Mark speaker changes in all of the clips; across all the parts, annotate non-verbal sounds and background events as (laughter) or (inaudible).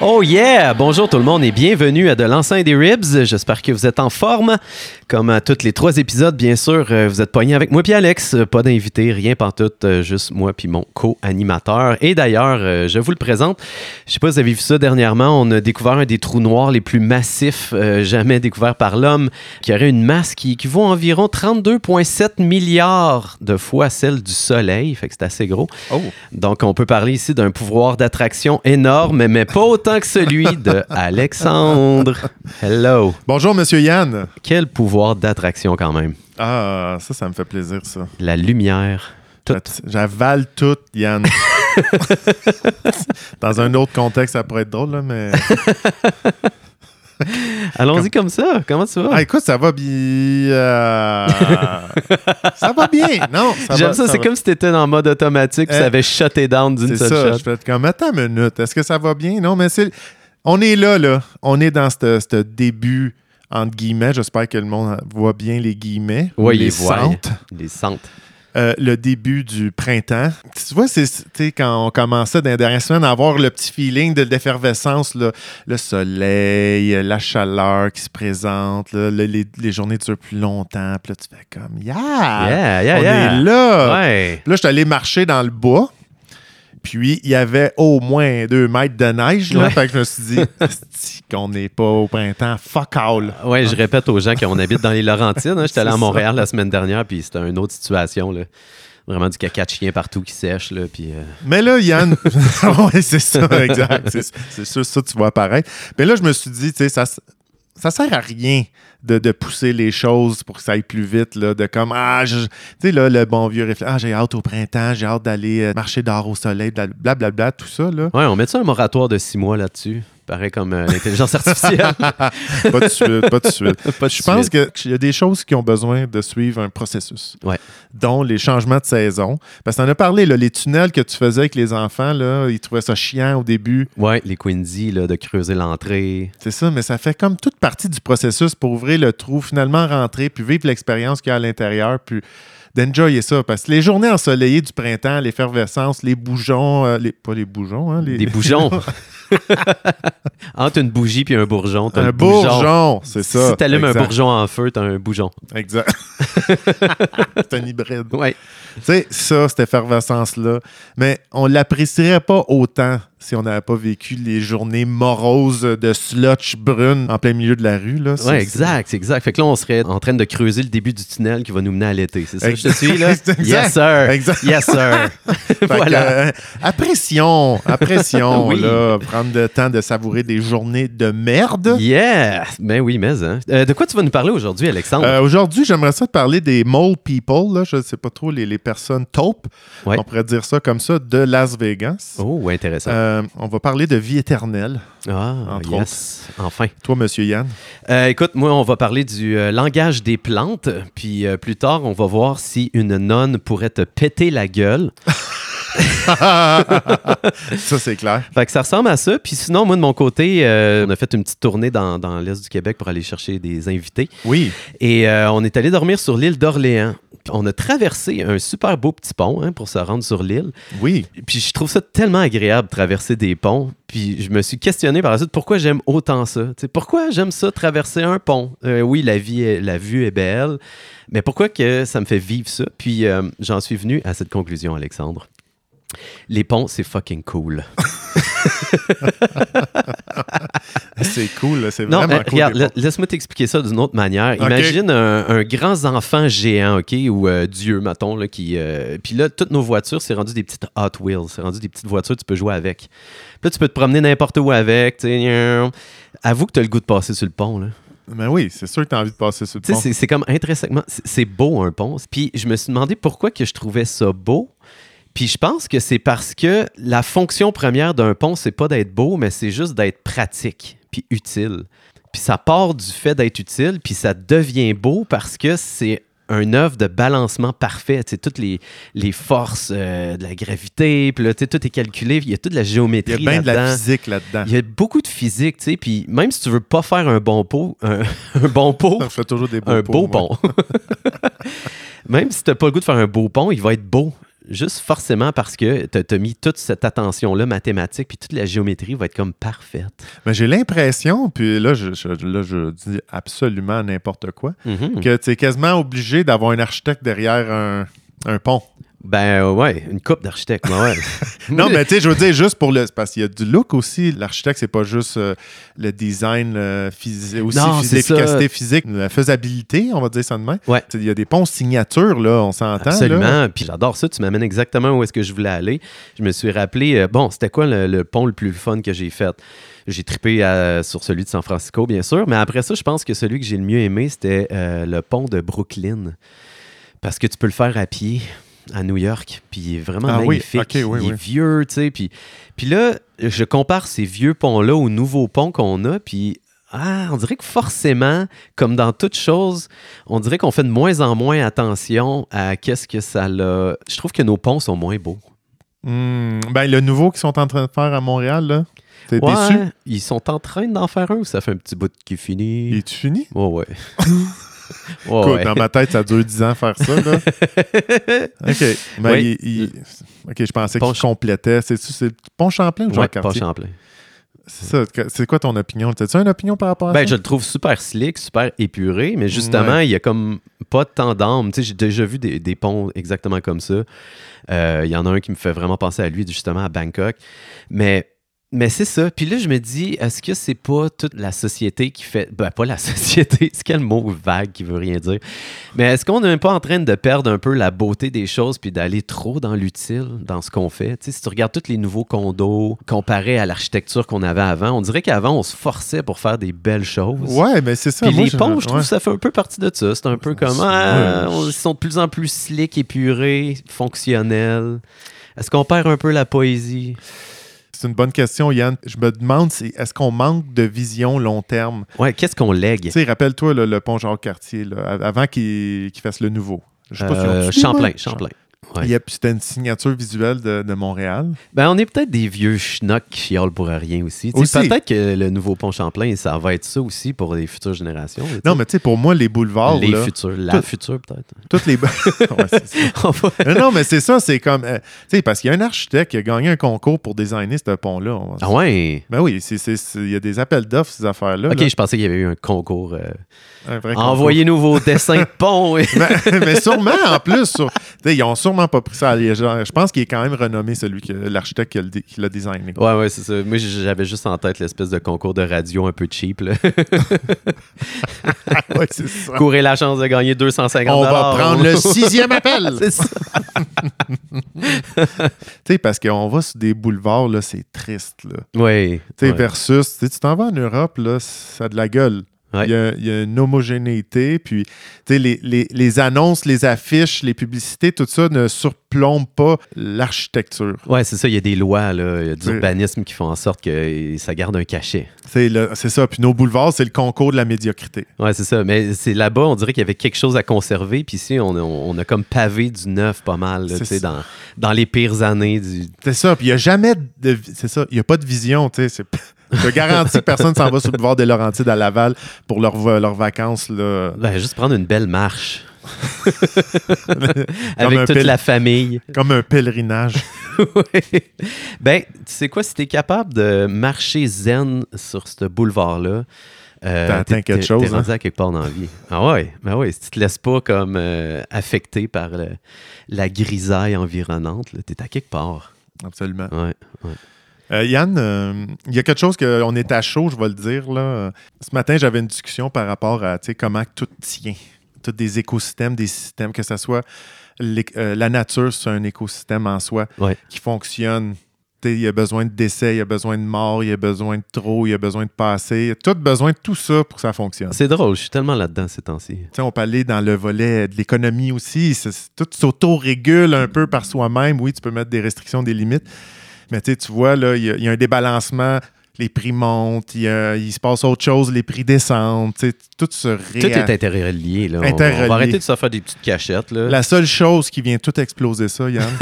Speaker 1: Oh yeah! Bonjour tout le monde et bienvenue à De l'enceinte des Ribs. J'espère que vous êtes en forme. Comme à tous les trois épisodes, bien sûr, euh, vous êtes poignés avec moi puis Alex. Euh, Pas d'invité, rien pantoute, euh, juste moi puis mon co-animateur. Et d'ailleurs, euh, je vous le présente. Je sais pas si vous avez vu ça dernièrement, on a découvert un des trous noirs les plus massifs euh, jamais découverts par l'homme, qui aurait une masse qui équivaut à environ 32,7 milliards de fois celle du Soleil. Fait que c'est assez gros. Donc, on peut parler ici d'un pouvoir d'attraction énorme, mais pas autant que celui
Speaker 2: (laughs)
Speaker 1: de Alexandre. Hello.
Speaker 2: Bonjour, Monsieur Yann.
Speaker 1: Quel pouvoir d'attraction quand même.
Speaker 2: Ah, ça, ça me fait plaisir, ça.
Speaker 1: La lumière. Tout.
Speaker 2: J'avale tout,
Speaker 1: (laughs)
Speaker 2: Yann. Dans un autre contexte, ça pourrait être drôle,
Speaker 1: (laughs)
Speaker 2: là, mais.
Speaker 1: Allons-y comme ça. Comment tu vas?
Speaker 2: Ah, écoute, ça va bien. ça va bien, non? va-
Speaker 1: J'aime ça, c'est
Speaker 2: va.
Speaker 1: comme si t'étais en mode automatique, puis ça
Speaker 2: Eh,
Speaker 1: avait shuté down d'une
Speaker 2: C'est
Speaker 1: seule
Speaker 2: ça,
Speaker 1: shot.
Speaker 2: je fais comme, attends une minute, est-ce que ça va bien? Non, mais c'est... On est là, là. On est dans ce ce début, entre guillemets. J'espère que le monde voit bien les guillemets.
Speaker 1: Ouais,
Speaker 2: les
Speaker 1: les voient.
Speaker 2: centres.
Speaker 1: Les centres.
Speaker 2: Euh, le début du printemps. Tu vois, c'est tu sais, quand on commençait dans les dernières semaines à avoir le petit feeling de l'effervescence, là. le soleil, euh, la chaleur qui se présente, là, le- les, les journées durent plus longtemps, puis là, tu fais comme Yeah!
Speaker 1: Yeah, yeah,
Speaker 2: Ah, on
Speaker 1: yeah.
Speaker 2: est là!
Speaker 1: Ouais.
Speaker 2: Puis là, je suis allé marcher dans le bois. Puis, il y avait au moins deux mètres de neige. Là,
Speaker 1: Ouais.
Speaker 2: Fait que je me suis
Speaker 1: (laughs)
Speaker 2: dit, Asti qu'on n'est pas au printemps, fuck all.
Speaker 1: Ouais, je répète aux gens qu'on habite dans les Laurentides. hein. J'étais
Speaker 2: (laughs)
Speaker 1: allé à
Speaker 2: Ah. C'est
Speaker 1: Montréal la semaine dernière, puis c'était une autre situation. Là. Vraiment du caca de chien partout qui sèche. Là, puis, euh,
Speaker 2: Mais là, Yann, (laughs) Ah ouais, c'est ça, exact. C'est- C'est sûr, ça, tu vois apparaître. Mais là, je me suis dit, tu sais, ça, s- ça sert à rien de, de pousser les choses pour que ça aille plus vite, là, de comme, ah, je- tu sais, là, le bon vieux réflexe, ah, j'ai hâte au printemps, j'ai hâte d'aller euh, marcher dehors au soleil, blablabla, tout ça, là.
Speaker 1: Ouais, on met ça un moratoire de six mois là-dessus. Pareil comme euh, l'intelligence artificielle.
Speaker 2: (laughs) Pas de suite, pas de suite.
Speaker 1: Pas de
Speaker 2: Je pense que- qu'il y a des choses qui ont besoin de suivre un processus,
Speaker 1: Ouais.
Speaker 2: dont les changements de saison. Parce que t'en as parlé, là, les tunnels que tu faisais avec les enfants, là, ils trouvaient ça chiant au début.
Speaker 1: Ouais, les Quindy, là, de creuser l'entrée.
Speaker 2: C'est ça, mais ça fait comme toute partie du processus pour ouvrir le trou, finalement rentrer, puis vivre l'expérience qu'il y a à l'intérieur, puis d'enjoyer ça. Parce que les journées ensoleillées du printemps, l'effervescence, les bougeons, euh, les, pas les bougeons, hein, les,
Speaker 1: Des
Speaker 2: (laughs)
Speaker 1: bougeons. (laughs) Entre une bougie puis un bourgeon, t'as
Speaker 2: un
Speaker 1: le bougeon.
Speaker 2: bourgeon, c'est ça.
Speaker 1: Si t'allumes un
Speaker 2: Exact.
Speaker 1: bourgeon en feu, t'as un bougeon.
Speaker 2: Exact. (laughs) c'est un hybride.
Speaker 1: Ouais.
Speaker 2: Tu sais, ça, cette effervescence-là. Mais on l'apprécierait pas autant si on n'avait pas vécu les journées moroses de slotch brune en plein milieu de la rue. Là. Ça,
Speaker 1: Ouais,
Speaker 2: c'est-
Speaker 1: exact, exact. Fait que là, on serait en train de creuser le début du tunnel qui va nous mener à l'été. C'est ça que je te
Speaker 2: Exact.
Speaker 1: suis, là?
Speaker 2: (laughs) Exact.
Speaker 1: Yes, sir.
Speaker 2: Exact.
Speaker 1: Yes, sir.
Speaker 2: (laughs) Fait
Speaker 1: voilà.
Speaker 2: que, euh, apprécions, apprécions,
Speaker 1: (laughs) Oui.
Speaker 2: là, prendre le temps de savourer des journées de merde.
Speaker 1: Yeah! Ben oui, mais hein. Euh, de quoi tu vas nous parler aujourd'hui, Alexandre?
Speaker 2: Euh, Aujourd'hui, j'aimerais ça te parler des mole people, là, je ne sais pas trop, les, les personnes taupes,
Speaker 1: Ouais.
Speaker 2: on pourrait dire ça comme ça, de Las Vegas.
Speaker 1: oh, intéressant.
Speaker 2: Euh, on va parler de vie éternelle.
Speaker 1: ah,
Speaker 2: entre
Speaker 1: yes. Enfin.
Speaker 2: Toi,
Speaker 1: (laughs)
Speaker 2: Monsieur Yann.
Speaker 1: Euh, écoute, moi, on va parler du euh, langage des plantes, puis euh, plus tard, on va voir si une nonne pourrait te péter la gueule.
Speaker 2: ça, c'est clair.
Speaker 1: Fait que ça ressemble à ça. Puis sinon, moi, de mon côté, euh, on a fait une petite tournée dans, dans l'Est du Québec pour aller chercher des invités.
Speaker 2: Oui.
Speaker 1: Et euh, on est allé dormir sur l'île d'Orléans. On a traversé un super beau petit pont hein, pour se rendre sur l'île.
Speaker 2: Oui.
Speaker 1: Puis je trouve ça tellement agréable, traverser des ponts. Puis je me suis questionné par la suite pourquoi j'aime autant ça. Tu sais, pourquoi j'aime ça, traverser un pont? Euh, oui, la, vie est- la vue est belle, mais pourquoi que ça me fait vivre ça? Puis euh, j'en suis venu à cette conclusion, Alexandre. Les ponts, c'est fucking cool.
Speaker 2: C'est cool, là, c'est
Speaker 1: Non,
Speaker 2: vraiment
Speaker 1: euh,
Speaker 2: cool.
Speaker 1: regarde,
Speaker 2: des
Speaker 1: la- laisse-moi t'expliquer ça d'une autre manière.
Speaker 2: Ok.
Speaker 1: Imagine un, un grand enfant géant, OK, ou euh, Dieu, mettons, là, qui... euh, puis là, toutes nos voitures, c'est rendu des petites Hot Wheels. C'est rendu des petites voitures que tu peux jouer avec. Puis là, tu peux te promener n'importe où avec, tu sais, gnaou. Avoue que tu as le goût de passer sur le pont, là.
Speaker 2: Mais oui, c'est sûr que tu as envie de passer sur
Speaker 1: Tu sais,
Speaker 2: le pont.
Speaker 1: c'est- c'est comme intrinsèquement... c'est- C'est beau, un pont. Puis je me suis demandé pourquoi que je trouvais ça beau. Puis je pense que c'est parce que la fonction première d'un pont, c'est pas d'être beau, mais c'est juste d'être pratique puis utile. Puis ça part du fait d'être utile, puis ça devient beau parce que c'est un œuvre de balancement parfait. Tu sais, toutes les, les forces euh, de la gravité, puis là, tu sais, tout est calculé. Il y a toute la géométrie.
Speaker 2: Il y a bien de la
Speaker 1: là-dedans.
Speaker 2: physique là-dedans.
Speaker 1: Il y a beaucoup de physique, tu sais. Puis même si tu veux pas faire un bon pot, un, (laughs) un bon pot,
Speaker 2: Je fais toujours des beaux
Speaker 1: un beau
Speaker 2: pots,
Speaker 1: pont.
Speaker 2: moi.
Speaker 1: (laughs) même si t'as pas le goût de faire un beau pont, il va être beau. Juste forcément parce que t'as as mis toute cette attention-là mathématique, puis toute la géométrie va être comme parfaite.
Speaker 2: Mais j'ai l'impression, puis là je, je- là, je dis absolument n'importe quoi,
Speaker 1: Mhm.
Speaker 2: que tu es quasiment obligé d'avoir un architecte derrière un, un pont.
Speaker 1: Ben euh, ouais, une coupe d'architecte, ben ouais.
Speaker 2: (laughs) Non,
Speaker 1: (laughs)
Speaker 2: mais tu sais, je veux dire, juste pour le. c'est Parce qu'il y a du look aussi. L'architecte, c'est pas juste euh, le design euh, physique, aussi
Speaker 1: Non,
Speaker 2: phys-
Speaker 1: c'est ça.
Speaker 2: l'efficacité physique, la faisabilité, on va dire ça de même.
Speaker 1: Ouais.
Speaker 2: Tu sais, Il y a des ponts signature, là, on s'entend. là.
Speaker 1: Absolument. Puis j'adore ça. Tu m'amènes exactement où est-ce que je voulais aller. Je me suis rappelé, euh, bon, c'était quoi le, le pont le plus fun que j'ai fait? J'ai trippé euh, sur celui de San Francisco, bien sûr. Mais après ça, je pense que celui que j'ai le mieux aimé, c'était euh, le pont de Brooklyn. Parce que tu peux le faire à pied à New York. Puis il est vraiment
Speaker 2: Ah oui,
Speaker 1: magnifique.
Speaker 2: ok, oui,
Speaker 1: il est
Speaker 2: oui.
Speaker 1: vieux, tu sais. Puis, puis là, je compare ces vieux ponts-là aux nouveaux ponts qu'on a. Puis ah, on dirait que forcément, comme dans toute chose, on dirait qu'on fait de moins en moins attention à qu'est-ce que ça l'a. Je trouve que nos ponts sont moins beaux.
Speaker 2: Hmm, ben, le nouveau qu'ils sont en train de faire à Montréal, là, t'es
Speaker 1: Ouais,
Speaker 2: déçu?
Speaker 1: Ils sont en train d'en faire un ou ça fait un petit bout qui est fini?
Speaker 2: Et tu finis?
Speaker 1: Ouais,
Speaker 2: (laughs)
Speaker 1: ouais. Ouais,
Speaker 2: Écoute,
Speaker 1: Oh, ouais.
Speaker 2: Dans ma tête, ça dure 10 ans faire ça. Là.
Speaker 1: (laughs)
Speaker 2: OK. Mais
Speaker 1: Oui.
Speaker 2: il- il- OK, je pensais
Speaker 1: Pont-
Speaker 2: que tu complétait. C'est-tu c'est Pont Champlain ou
Speaker 1: Ouais, pas
Speaker 2: Jean-Cartier?
Speaker 1: Champlain.
Speaker 2: C'est ça. C'est quoi ton opinion? T'as-tu une opinion par rapport à ça?
Speaker 1: Ben, je le trouve super slick, super épuré, mais justement, il y a comme pas tant d'âme. Tu sais, j'ai déjà vu des, des ponts exactement comme ça. Euh, Il y en a un qui me fait vraiment penser à lui, justement, à Bangkok. Mais, mais c'est ça. Puis là, je me dis, est-ce que c'est pas toute la société qui fait. Ben, pas la (laughs) société, c'est quel mot vague qui veut rien dire. Mais est-ce qu'on n'est pas en train de perdre un peu la beauté des choses puis d'aller trop dans l'utile, dans ce qu'on fait? Tu sais, si tu regardes tous les nouveaux condos comparés à l'architecture qu'on avait avant, on dirait qu'avant, on se forçait pour faire des belles choses.
Speaker 2: Ouais, mais c'est ça.
Speaker 1: Puis
Speaker 2: Moi,
Speaker 1: les ponts, je trouve
Speaker 2: ouais.
Speaker 1: que ça fait un peu partie de ça. C'est un peu comme,
Speaker 2: C'est-
Speaker 1: ah,
Speaker 2: ouais.
Speaker 1: on- ils sont de plus en plus slick, épurés, fonctionnels. Est-ce qu'on perd un peu la poésie?
Speaker 2: C'est une bonne question, Yann. Je me demande si est-ce qu'on manque de vision long terme.
Speaker 1: Ouais, qu'est-ce qu'on
Speaker 2: Tu
Speaker 1: lègue?
Speaker 2: sais, rappelle-toi là, le pont Jacques-Cartier, là, av- avant qu'il qu'il fasse le nouveau. Je sais pas si on-
Speaker 1: Euh,
Speaker 2: tu dis,
Speaker 1: Champlain,
Speaker 2: ouais?
Speaker 1: Champlain.
Speaker 2: Champlain.
Speaker 1: ouais.
Speaker 2: Yep, C'était une signature visuelle de, de Montréal.
Speaker 1: Ben, on est peut-être des vieux schnocks qui chiolent pour rien aussi. Tu sais,
Speaker 2: Aussi.
Speaker 1: Peut-être que le nouveau pont Champlain, ça va être ça aussi pour les futures générations. là, tu
Speaker 2: Non,
Speaker 1: sais.
Speaker 2: mais tu sais, pour moi, les boulevards,
Speaker 1: les
Speaker 2: là,
Speaker 1: futures, la
Speaker 2: Tout-
Speaker 1: future peut-être.
Speaker 2: toutes les... Ouais, c'est ça.
Speaker 1: On va-
Speaker 2: (laughs) Non, non, mais c'est ça, c'est comme... euh, tu sais, parce qu'il y a un architecte qui a gagné un concours pour designer ce pont-là. On va-
Speaker 1: (laughs) ah ouais?
Speaker 2: Ben oui, c'est- c'est- c'est- il y a des appels d'offres, ces affaires-là.
Speaker 1: Ok,
Speaker 2: là.
Speaker 1: je pensais qu'il y avait eu un concours. euh,
Speaker 2: Un vrai concours. (laughs)
Speaker 1: Envoyez-nous vos dessins de pont. et- (laughs)
Speaker 2: mais, mais sûrement, en plus, sur- tu sais, ils ont sûrement pas pris ça à légère. Je pense qu'il est quand même renommé, celui que l'architecte qui a le dé- qui l'a designé.
Speaker 1: Ouais, ouais, c'est ça. Moi, j- j'avais juste en tête l'espèce de concours de radio un peu cheap. là. (laughs) Ah,
Speaker 2: Ouais, c'est ça.
Speaker 1: Courez la chance de gagner 250
Speaker 2: On va
Speaker 1: (laughs)
Speaker 2: prendre le sixième appel.
Speaker 1: C'est ça.
Speaker 2: Tu sais, parce qu'on va sur des boulevards, là, c'est triste. Là.
Speaker 1: Ouais.
Speaker 2: Tu sais,
Speaker 1: ouais.
Speaker 2: versus, tu sais, tu t'en vas en Europe, là, ça a de la gueule.
Speaker 1: Ouais.
Speaker 2: Il, y a, il y a une homogénéité, puis tu sais, les, les- les annonces, les affiches, les publicités, tout ça ne surplombe pas l'architecture.
Speaker 1: Ouais, c'est ça. Il y a des lois là, il y a
Speaker 2: C'est-
Speaker 1: d'urbanisme qui font en sorte que ça garde un cachet.
Speaker 2: C'est le- c'est ça. Puis nos boulevards, c'est le concours de la médiocrité.
Speaker 1: Ouais, c'est ça. Mais c'est là-bas, on dirait qu'il y avait quelque chose à conserver. Puis ici, on, on- on a comme pavé du neuf pas mal, là,
Speaker 2: C'est
Speaker 1: tu sais,
Speaker 2: ça.
Speaker 1: dans, dans les pires années du.
Speaker 2: C'est ça. Puis il n'y a jamais de. C'est ça. Il n'y a pas de vision. Tu sais, c'est- je te garantis que personne s'en va sur le boulevard des Laurentides à Laval pour leurs leurs vacances. Là,
Speaker 1: Ben, juste prendre une belle
Speaker 2: (laughs)
Speaker 1: marche. Avec
Speaker 2: un
Speaker 1: toute
Speaker 2: pèl-
Speaker 1: la famille.
Speaker 2: comme un pèlerinage.
Speaker 1: (laughs) Ouais. ben, tu sais quoi, si t'es capable de marcher zen sur ce boulevard-là, euh,
Speaker 2: T'as atteint
Speaker 1: t'es-
Speaker 2: quelque
Speaker 1: t'es-
Speaker 2: chose, hein?
Speaker 1: T'es rendu à quelque part dans la vie. Ah ouais, ben ouais, si tu te laisses pas comme euh, affecté par le- la grisaille environnante, là, t'es à quelque part.
Speaker 2: Absolument.
Speaker 1: Ouais.
Speaker 2: Euh, Yann, euh, il y a quelque chose qu'on est à chaud, je vais le dire. Là. Ce matin, j'avais une discussion par rapport à tu sais, comment tout tient. Tous des écosystèmes, des systèmes, que ce soit l'éc- euh, la nature, c'est un écosystème en soi
Speaker 1: Ouais.
Speaker 2: qui fonctionne. Tu sais, Il y a besoin de décès, il y a besoin de mort, il y a besoin de trop, il y a besoin de passé. Il y a tout besoin de tout ça pour que ça fonctionne.
Speaker 1: C'est drôle, je suis tellement là-dedans ces temps-ci.
Speaker 2: Tu sais, on peut aller dans le volet de l'économie aussi. C'est- c'est- Tout s'auto-régule un peu par soi-même. Oui, tu peux mettre des restrictions, des limites. Mais tu sais, tu vois, là, il y, a- il y a un débalancement. les prix montent, il, euh, il se passe autre chose, les prix descendent, tu sais, tout se
Speaker 1: Tout
Speaker 2: réa-
Speaker 1: est interrelié. Là. On- On,
Speaker 2: euh, Interrelié.
Speaker 1: va arrêter de se faire des petites cachettes. Là. (laughs)
Speaker 2: La seule chose qui vient tout exploser ça, Yann,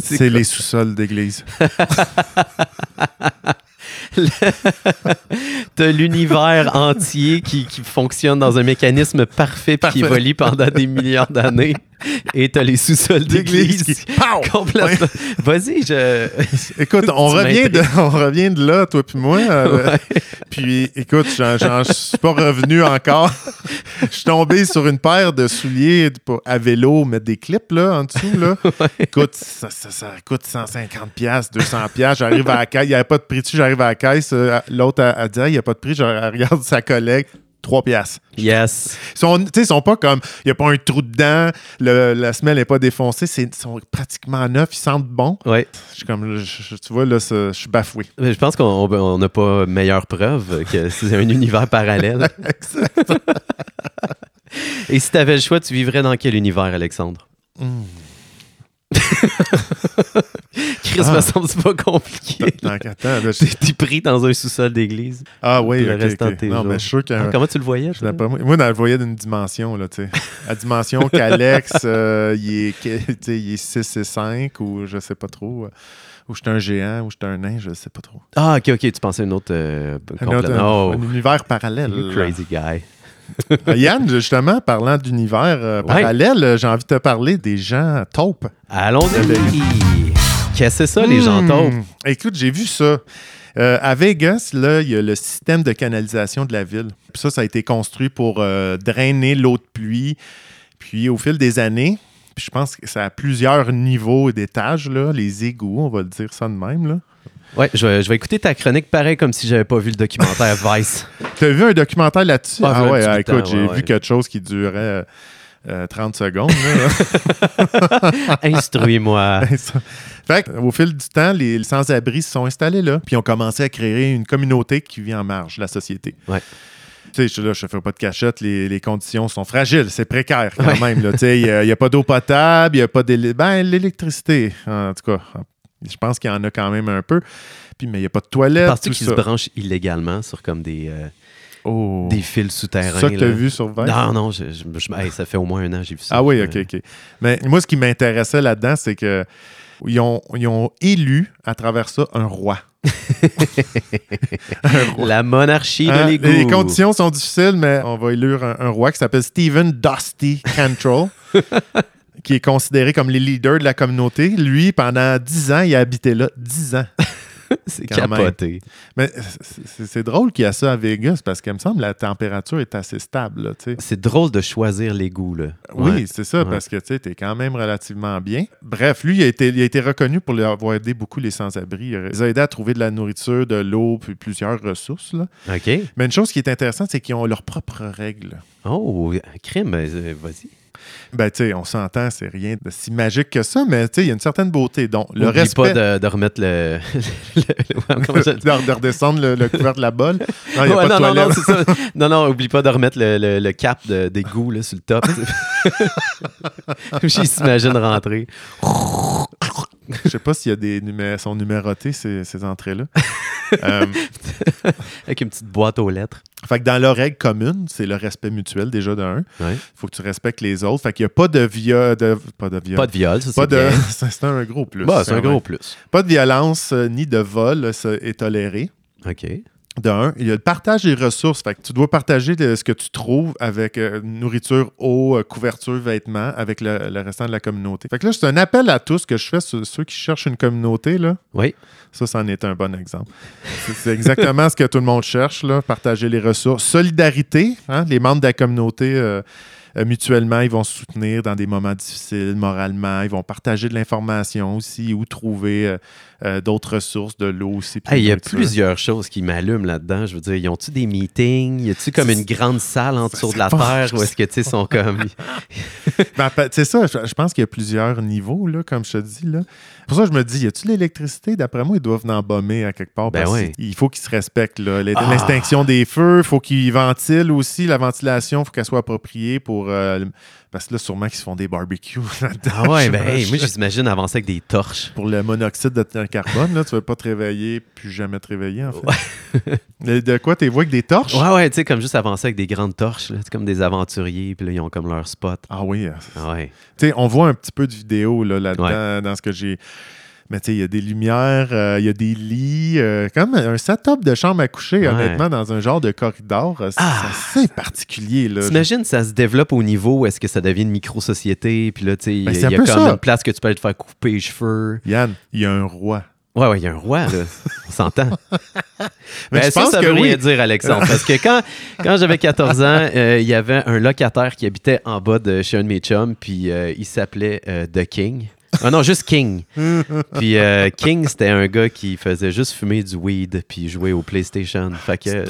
Speaker 2: c'est les sous-sols d'église.
Speaker 1: T'as
Speaker 2: (laughs)
Speaker 1: l'univers entier qui, qui fonctionne dans un mécanisme parfait, puis qui
Speaker 2: Parfait.
Speaker 1: évolue pendant des milliards d'années. Et t'as les sous-sols d'église.
Speaker 2: D'église (laughs) qui- Pow!
Speaker 1: Complètement. Oh. (laughs) Vas-y,
Speaker 2: (laughs)
Speaker 1: je. (laughs)
Speaker 2: Écoute, on
Speaker 1: Tu
Speaker 2: revient, de,
Speaker 1: m'intrigues.
Speaker 2: on revient de là, toi puis moi.
Speaker 1: (laughs)
Speaker 2: euh, Puis, écoute, j'en j'en suis pas revenu encore. (laughs) Je suis tombé sur une paire de souliers de- pour- à vélo, mettre des clips là, en dessous. Là. Écoute, ça, ça- ça coûte 150 pièces, 200 pièces. J'arrive à la caisse, il n'y avait pas de prix dessus, j'arrive à la caisse. euh, L'autre, elle elle dit, Ah, il n'y a pas de prix. Je elle regarde sa collègue, 3 pièces.
Speaker 1: Yes.
Speaker 2: Ils sont, tu sais, ils sont pas comme, il n'y a pas un trou dedans, le- la semelle n'est pas défoncée, c'est- ils sont pratiquement neufs, ils sentent bon.
Speaker 1: Ouais.
Speaker 2: Je suis comme, je- je- tu vois, là, ça- je suis bafoué. (laughs)
Speaker 1: Mais Je pense qu'on ben, on n'a pas meilleure preuve que (laughs) c'est un univers
Speaker 2: (laughs)
Speaker 1: parallèle.
Speaker 2: Exact.
Speaker 1: Et si t'avais le choix, tu vivrais dans quel univers, Alexandre?
Speaker 2: Hmm.
Speaker 1: (laughs) Chris,
Speaker 2: Ah.
Speaker 1: me semble que c'est pas
Speaker 2: (laughs)
Speaker 1: compliqué.
Speaker 2: Attends, attends, là,
Speaker 1: T'es
Speaker 2: je-
Speaker 1: t'es pris dans un sous-sol d'église.
Speaker 2: Ah oui,
Speaker 1: Le
Speaker 2: ok,
Speaker 1: restant
Speaker 2: ok.
Speaker 1: de tes
Speaker 2: Non,
Speaker 1: jours.
Speaker 2: mais je suis sûr qu'il y a un-
Speaker 1: Comment tu le voyais?
Speaker 2: Euh, je
Speaker 1: toi?
Speaker 2: l'ai pas- Moi, dans- je le voyais d'une dimension, là, tu sais. La dimension
Speaker 1: (laughs)
Speaker 2: qu'Alex, euh, il est, que- tu sais, il est 6 et 5, ou je sais pas trop. euh, Ou j'étais un géant, ou j'étais un nain, je sais pas trop.
Speaker 1: Ah, ok, ok, tu pensais à une autre. euh,
Speaker 2: Un,
Speaker 1: complète-
Speaker 2: autre- un-
Speaker 1: Oh,
Speaker 2: un univers parallèle.
Speaker 1: you crazy guy.
Speaker 2: Euh, Yann, justement, parlant d'univers euh,
Speaker 1: Ouais.
Speaker 2: parallèle, euh, j'ai envie de te parler des gens taupes.
Speaker 1: Allons-y. Qu'est-ce que c'est ça, les gens
Speaker 2: Hmm.
Speaker 1: taupes?
Speaker 2: Écoute, j'ai vu ça. Euh, à Vegas, là, il y a le système de canalisation de la ville. Puis ça, ça a été construit pour euh, drainer l'eau de pluie. Puis au fil des années, puis je pense que ça a plusieurs niveaux d'étages, là, les égouts, on va le dire ça de même. Là.
Speaker 1: Ouais, je, vais- je vais écouter ta chronique pareil comme si j'avais pas vu le
Speaker 2: (laughs)
Speaker 1: documentaire Vice.
Speaker 2: T'as vu un documentaire là-dessus?
Speaker 1: Ah,
Speaker 2: Ah,
Speaker 1: voilà,
Speaker 2: ouais,
Speaker 1: du
Speaker 2: ah,
Speaker 1: temps,
Speaker 2: écoute, j'ai
Speaker 1: ouais,
Speaker 2: vu
Speaker 1: ouais.
Speaker 2: quelque chose qui durait euh, euh, 30 secondes. là.
Speaker 1: Instruis-moi.
Speaker 2: (laughs) Ça. fait que, au fil du temps, les sans-abri se sont installés là, puis ont commencé à créer une communauté qui vit en marge de la société.
Speaker 1: Ouais.
Speaker 2: Tu sais, je- là, je ne fais pas de cachette, les, les conditions sont fragiles, c'est précaire quand même. là. Tu sais, Il n'y a, il y a pas d'eau potable, il n'y a pas d'éle- ben, l'électricité, en tout cas. Je pense qu'il y en a quand même un peu. Puis, mais il n'y a pas de toilette.
Speaker 1: Penses-tu
Speaker 2: tout
Speaker 1: qu'ils
Speaker 2: ça.
Speaker 1: se branchent illégalement sur comme des, euh,
Speaker 2: Oh.
Speaker 1: des fils
Speaker 2: C'est
Speaker 1: souterrains?
Speaker 2: ça que tu as
Speaker 1: là?
Speaker 2: vu sur Vice?
Speaker 1: Non, non, je, je- je- hey, ça fait au moins un an que j'ai vu ça.
Speaker 2: Ah oui,
Speaker 1: Je-
Speaker 2: OK, OK. Mais moi, ce qui m'intéressait là-dedans, c'est que ils ont, ils ont élu à travers ça un roi. un roi.
Speaker 1: La monarchie
Speaker 2: Hein?
Speaker 1: de l'égout.
Speaker 2: les conditions sont difficiles, mais on va élire un, un roi qui s'appelle Stephen Dusty
Speaker 1: (laughs)
Speaker 2: Cantrell, qui est considéré comme le leader de la communauté. Lui, pendant 10 ans, il a habité là. 10 ans.
Speaker 1: C'est
Speaker 2: quand même.
Speaker 1: capoté.
Speaker 2: Mais c'est- c'est c'est drôle qu'il y a ça à Vegas parce qu'il me semble que la température est assez stable. là, tu sais.
Speaker 1: C'est drôle de choisir l'égout, là.
Speaker 2: Oui,
Speaker 1: Ouais.
Speaker 2: c'est ça,
Speaker 1: Ouais.
Speaker 2: parce que tu sais, t'es quand même relativement bien. Bref, lui, il a été, il a été reconnu pour avoir aidé beaucoup les sans-abri. Il les a aidés à trouver de la nourriture, de l'eau, puis plusieurs ressources. là.
Speaker 1: OK.
Speaker 2: Mais une chose qui est intéressante, c'est qu'ils ont leurs propres règles.
Speaker 1: Oh, crime, euh, vas-y.
Speaker 2: Ben, tu sais, on s'entend, c'est rien de si magique que ça, mais tu sais, il y a une certaine beauté. Donc, le
Speaker 1: Oublie pas
Speaker 2: respect.
Speaker 1: de, de remettre le... (laughs) le- le- comment ça-
Speaker 2: (laughs) de, de redescendre le, le couvert de la bolle. Non, il n'y a
Speaker 1: Ouais,
Speaker 2: pas de
Speaker 1: non, non,
Speaker 2: toilette.
Speaker 1: non, c'est ça. Non, non, oublie pas de remettre le, le- le cap de, des goûts là, sur le top. (laughs) J'y s'imagine rentrer.
Speaker 2: Je sais pas s'il y a des numé- sont numérotés, ces, ces entrées-là. (laughs) Euh,
Speaker 1: Avec une petite boîte aux lettres.
Speaker 2: fait que dans leur règle commune, c'est le respect mutuel, déjà de un.
Speaker 1: Ouais.
Speaker 2: faut que tu respectes les autres. Fait qu'il n'y a pas de viol. De, pas de viol.
Speaker 1: Pas de viol, ça,
Speaker 2: Pas
Speaker 1: c'est
Speaker 2: de-
Speaker 1: bien.
Speaker 2: (laughs) c'est c'est un gros plus.
Speaker 1: Bah, c'est un
Speaker 2: quand même.
Speaker 1: gros plus.
Speaker 2: Pas de violence euh, ni de vol euh, ça est toléré.
Speaker 1: OK.
Speaker 2: De un, il y a le partage des ressources. Fait que tu dois partager de- ce que tu trouves avec euh, nourriture, eau, euh, couverture, vêtements avec le, le restant de la communauté. Fait que là, c'est un appel à tous que je fais sur ceux qui cherchent une communauté. Là.
Speaker 1: Oui.
Speaker 2: Ça, c'en est un bon exemple. C'est- C'est exactement ce que tout le monde cherche, là, partager les ressources. Solidarité, hein, les membres de la communauté, euh, euh, mutuellement, ils vont se soutenir dans des moments difficiles, moralement. Ils vont partager de l'information aussi, ou trouver euh, euh, d'autres ressources, de l'eau aussi. puis
Speaker 1: Hey, Il y a
Speaker 2: de la nourriture.
Speaker 1: plusieurs choses qui m'allument là-dedans. Je veux dire, ils ont-tu des meetings? Y a-tu comme une grande salle en dessous de la terre où est-ce que, tu sais, sont comme.
Speaker 2: Ben, pa- c'est ça, je, je pense qu'il y a plusieurs niveaux, là, comme je te dis. Là. Pour ça, je me dis, y a-tu de l'électricité? D'après moi, ils doivent en bomber à quelque part.
Speaker 1: Ben
Speaker 2: parce
Speaker 1: oui.
Speaker 2: Il faut qu'ils se respectent. là. L'é-
Speaker 1: Ah.
Speaker 2: L'extinction des feux, il faut qu'ils ventilent aussi. La ventilation, il faut qu'elle soit appropriée pour euh, Parce que là, sûrement qu'ils se font des barbecues (laughs) là-dedans.
Speaker 1: (laughs) Ah ouais, ben
Speaker 2: je-
Speaker 1: hey,
Speaker 2: je-
Speaker 1: moi, j'imagine avancer avec des torches.
Speaker 2: Pour le monoxyde de carbone, là, tu ne vas pas te réveiller, plus jamais te réveiller, en fait. Et de quoi, t'es voix avec des torches?
Speaker 1: Ouais, ouais, tu sais, comme juste avancer avec des grandes torches. là. C'est comme des aventuriers, puis là, ils ont comme leur spot.
Speaker 2: Ah oui, euh,
Speaker 1: Ah ouais.
Speaker 2: Tu sais, on voit un petit peu de vidéo là, là-dedans, dans ce que j'ai. Mais tu sais, il y a des lumières, euh, il y a des lits, euh, comme un setup de chambre à coucher,
Speaker 1: Ouais.
Speaker 2: honnêtement, dans un genre de corridor. euh, C'est
Speaker 1: Ah!
Speaker 2: c'est assez particulier. Là.
Speaker 1: T'imagines, ça se développe au niveau où est-ce que ça devient une micro-société, puis là, tu sais, il y a-
Speaker 2: Ben, c'est un
Speaker 1: il y a
Speaker 2: peu
Speaker 1: comme
Speaker 2: ça.
Speaker 1: une place que tu peux aller te faire couper les cheveux.
Speaker 2: Yann, il y a un roi.
Speaker 1: Ouais, ouais, il y a un roi, là. On s'entend.
Speaker 2: (laughs) Mais
Speaker 1: Ben,
Speaker 2: je
Speaker 1: ça,
Speaker 2: pense
Speaker 1: ça
Speaker 2: que
Speaker 1: veut rien
Speaker 2: oui.
Speaker 1: dire, Alexandre. Parce que quand, quand j'avais 14 ans, euh, il y avait un locataire qui habitait en bas de chez un de mes chums, puis euh, il s'appelait euh, The King. Ah non, juste
Speaker 2: (laughs)
Speaker 1: King. Puis euh, King, c'était un gars qui faisait juste fumer du weed puis jouer au PlayStation. Fait que